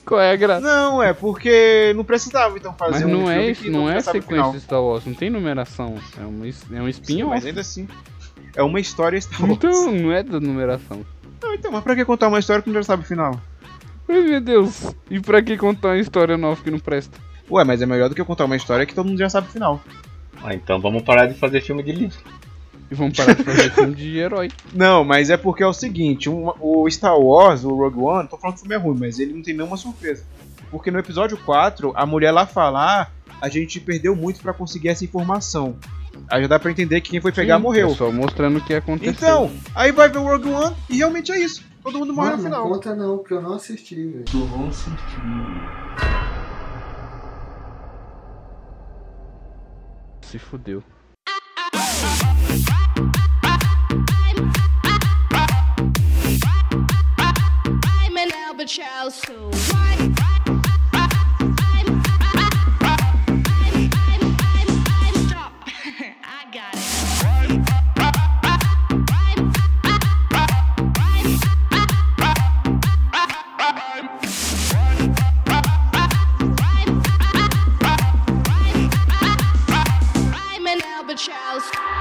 S2: Qual é a graça?
S1: Não, é porque não precisava então
S2: Mas
S1: fazer um
S2: não é
S1: filme
S2: isso,
S1: que
S2: não é
S1: já sabe o final.
S2: sequência de Star Wars, não tem numeração. É, uma, es- é um
S1: Sim,
S2: espinho.
S1: mas ainda assim, é uma história Star Wars.
S2: Então não é da numeração.
S1: Não, então, mas pra que contar uma história que não já sabe o final?
S2: Ai meu Deus, e pra que contar uma história nova que não presta?
S1: Ué, mas é melhor do que eu contar uma história que todo mundo já sabe o final.
S3: Ah, então vamos parar de fazer filme de livro.
S2: E vamos parar de fazer filme de herói.
S1: Não, mas é porque é o seguinte, uma- o Star Wars, o Rogue One, tô falando que o filme é ruim, mas ele não tem nenhuma surpresa. Porque no episódio 4, a mulher lá fala, ah, a gente perdeu muito pra conseguir essa informação. Aí já dá pra entender que quem foi pegar
S2: Sim,
S1: morreu.
S2: é Só mostrando o que aconteceu.
S1: Então, aí vai ver o Rogue One e realmente é isso. Todo mundo morre
S8: Mano,
S1: no
S8: não
S1: final.
S8: conta não, porque eu não assisti, velho.
S2: se fudeu.
S9: I'm an Albert Child, so why? Stop. I got it. I'm an Albert Child.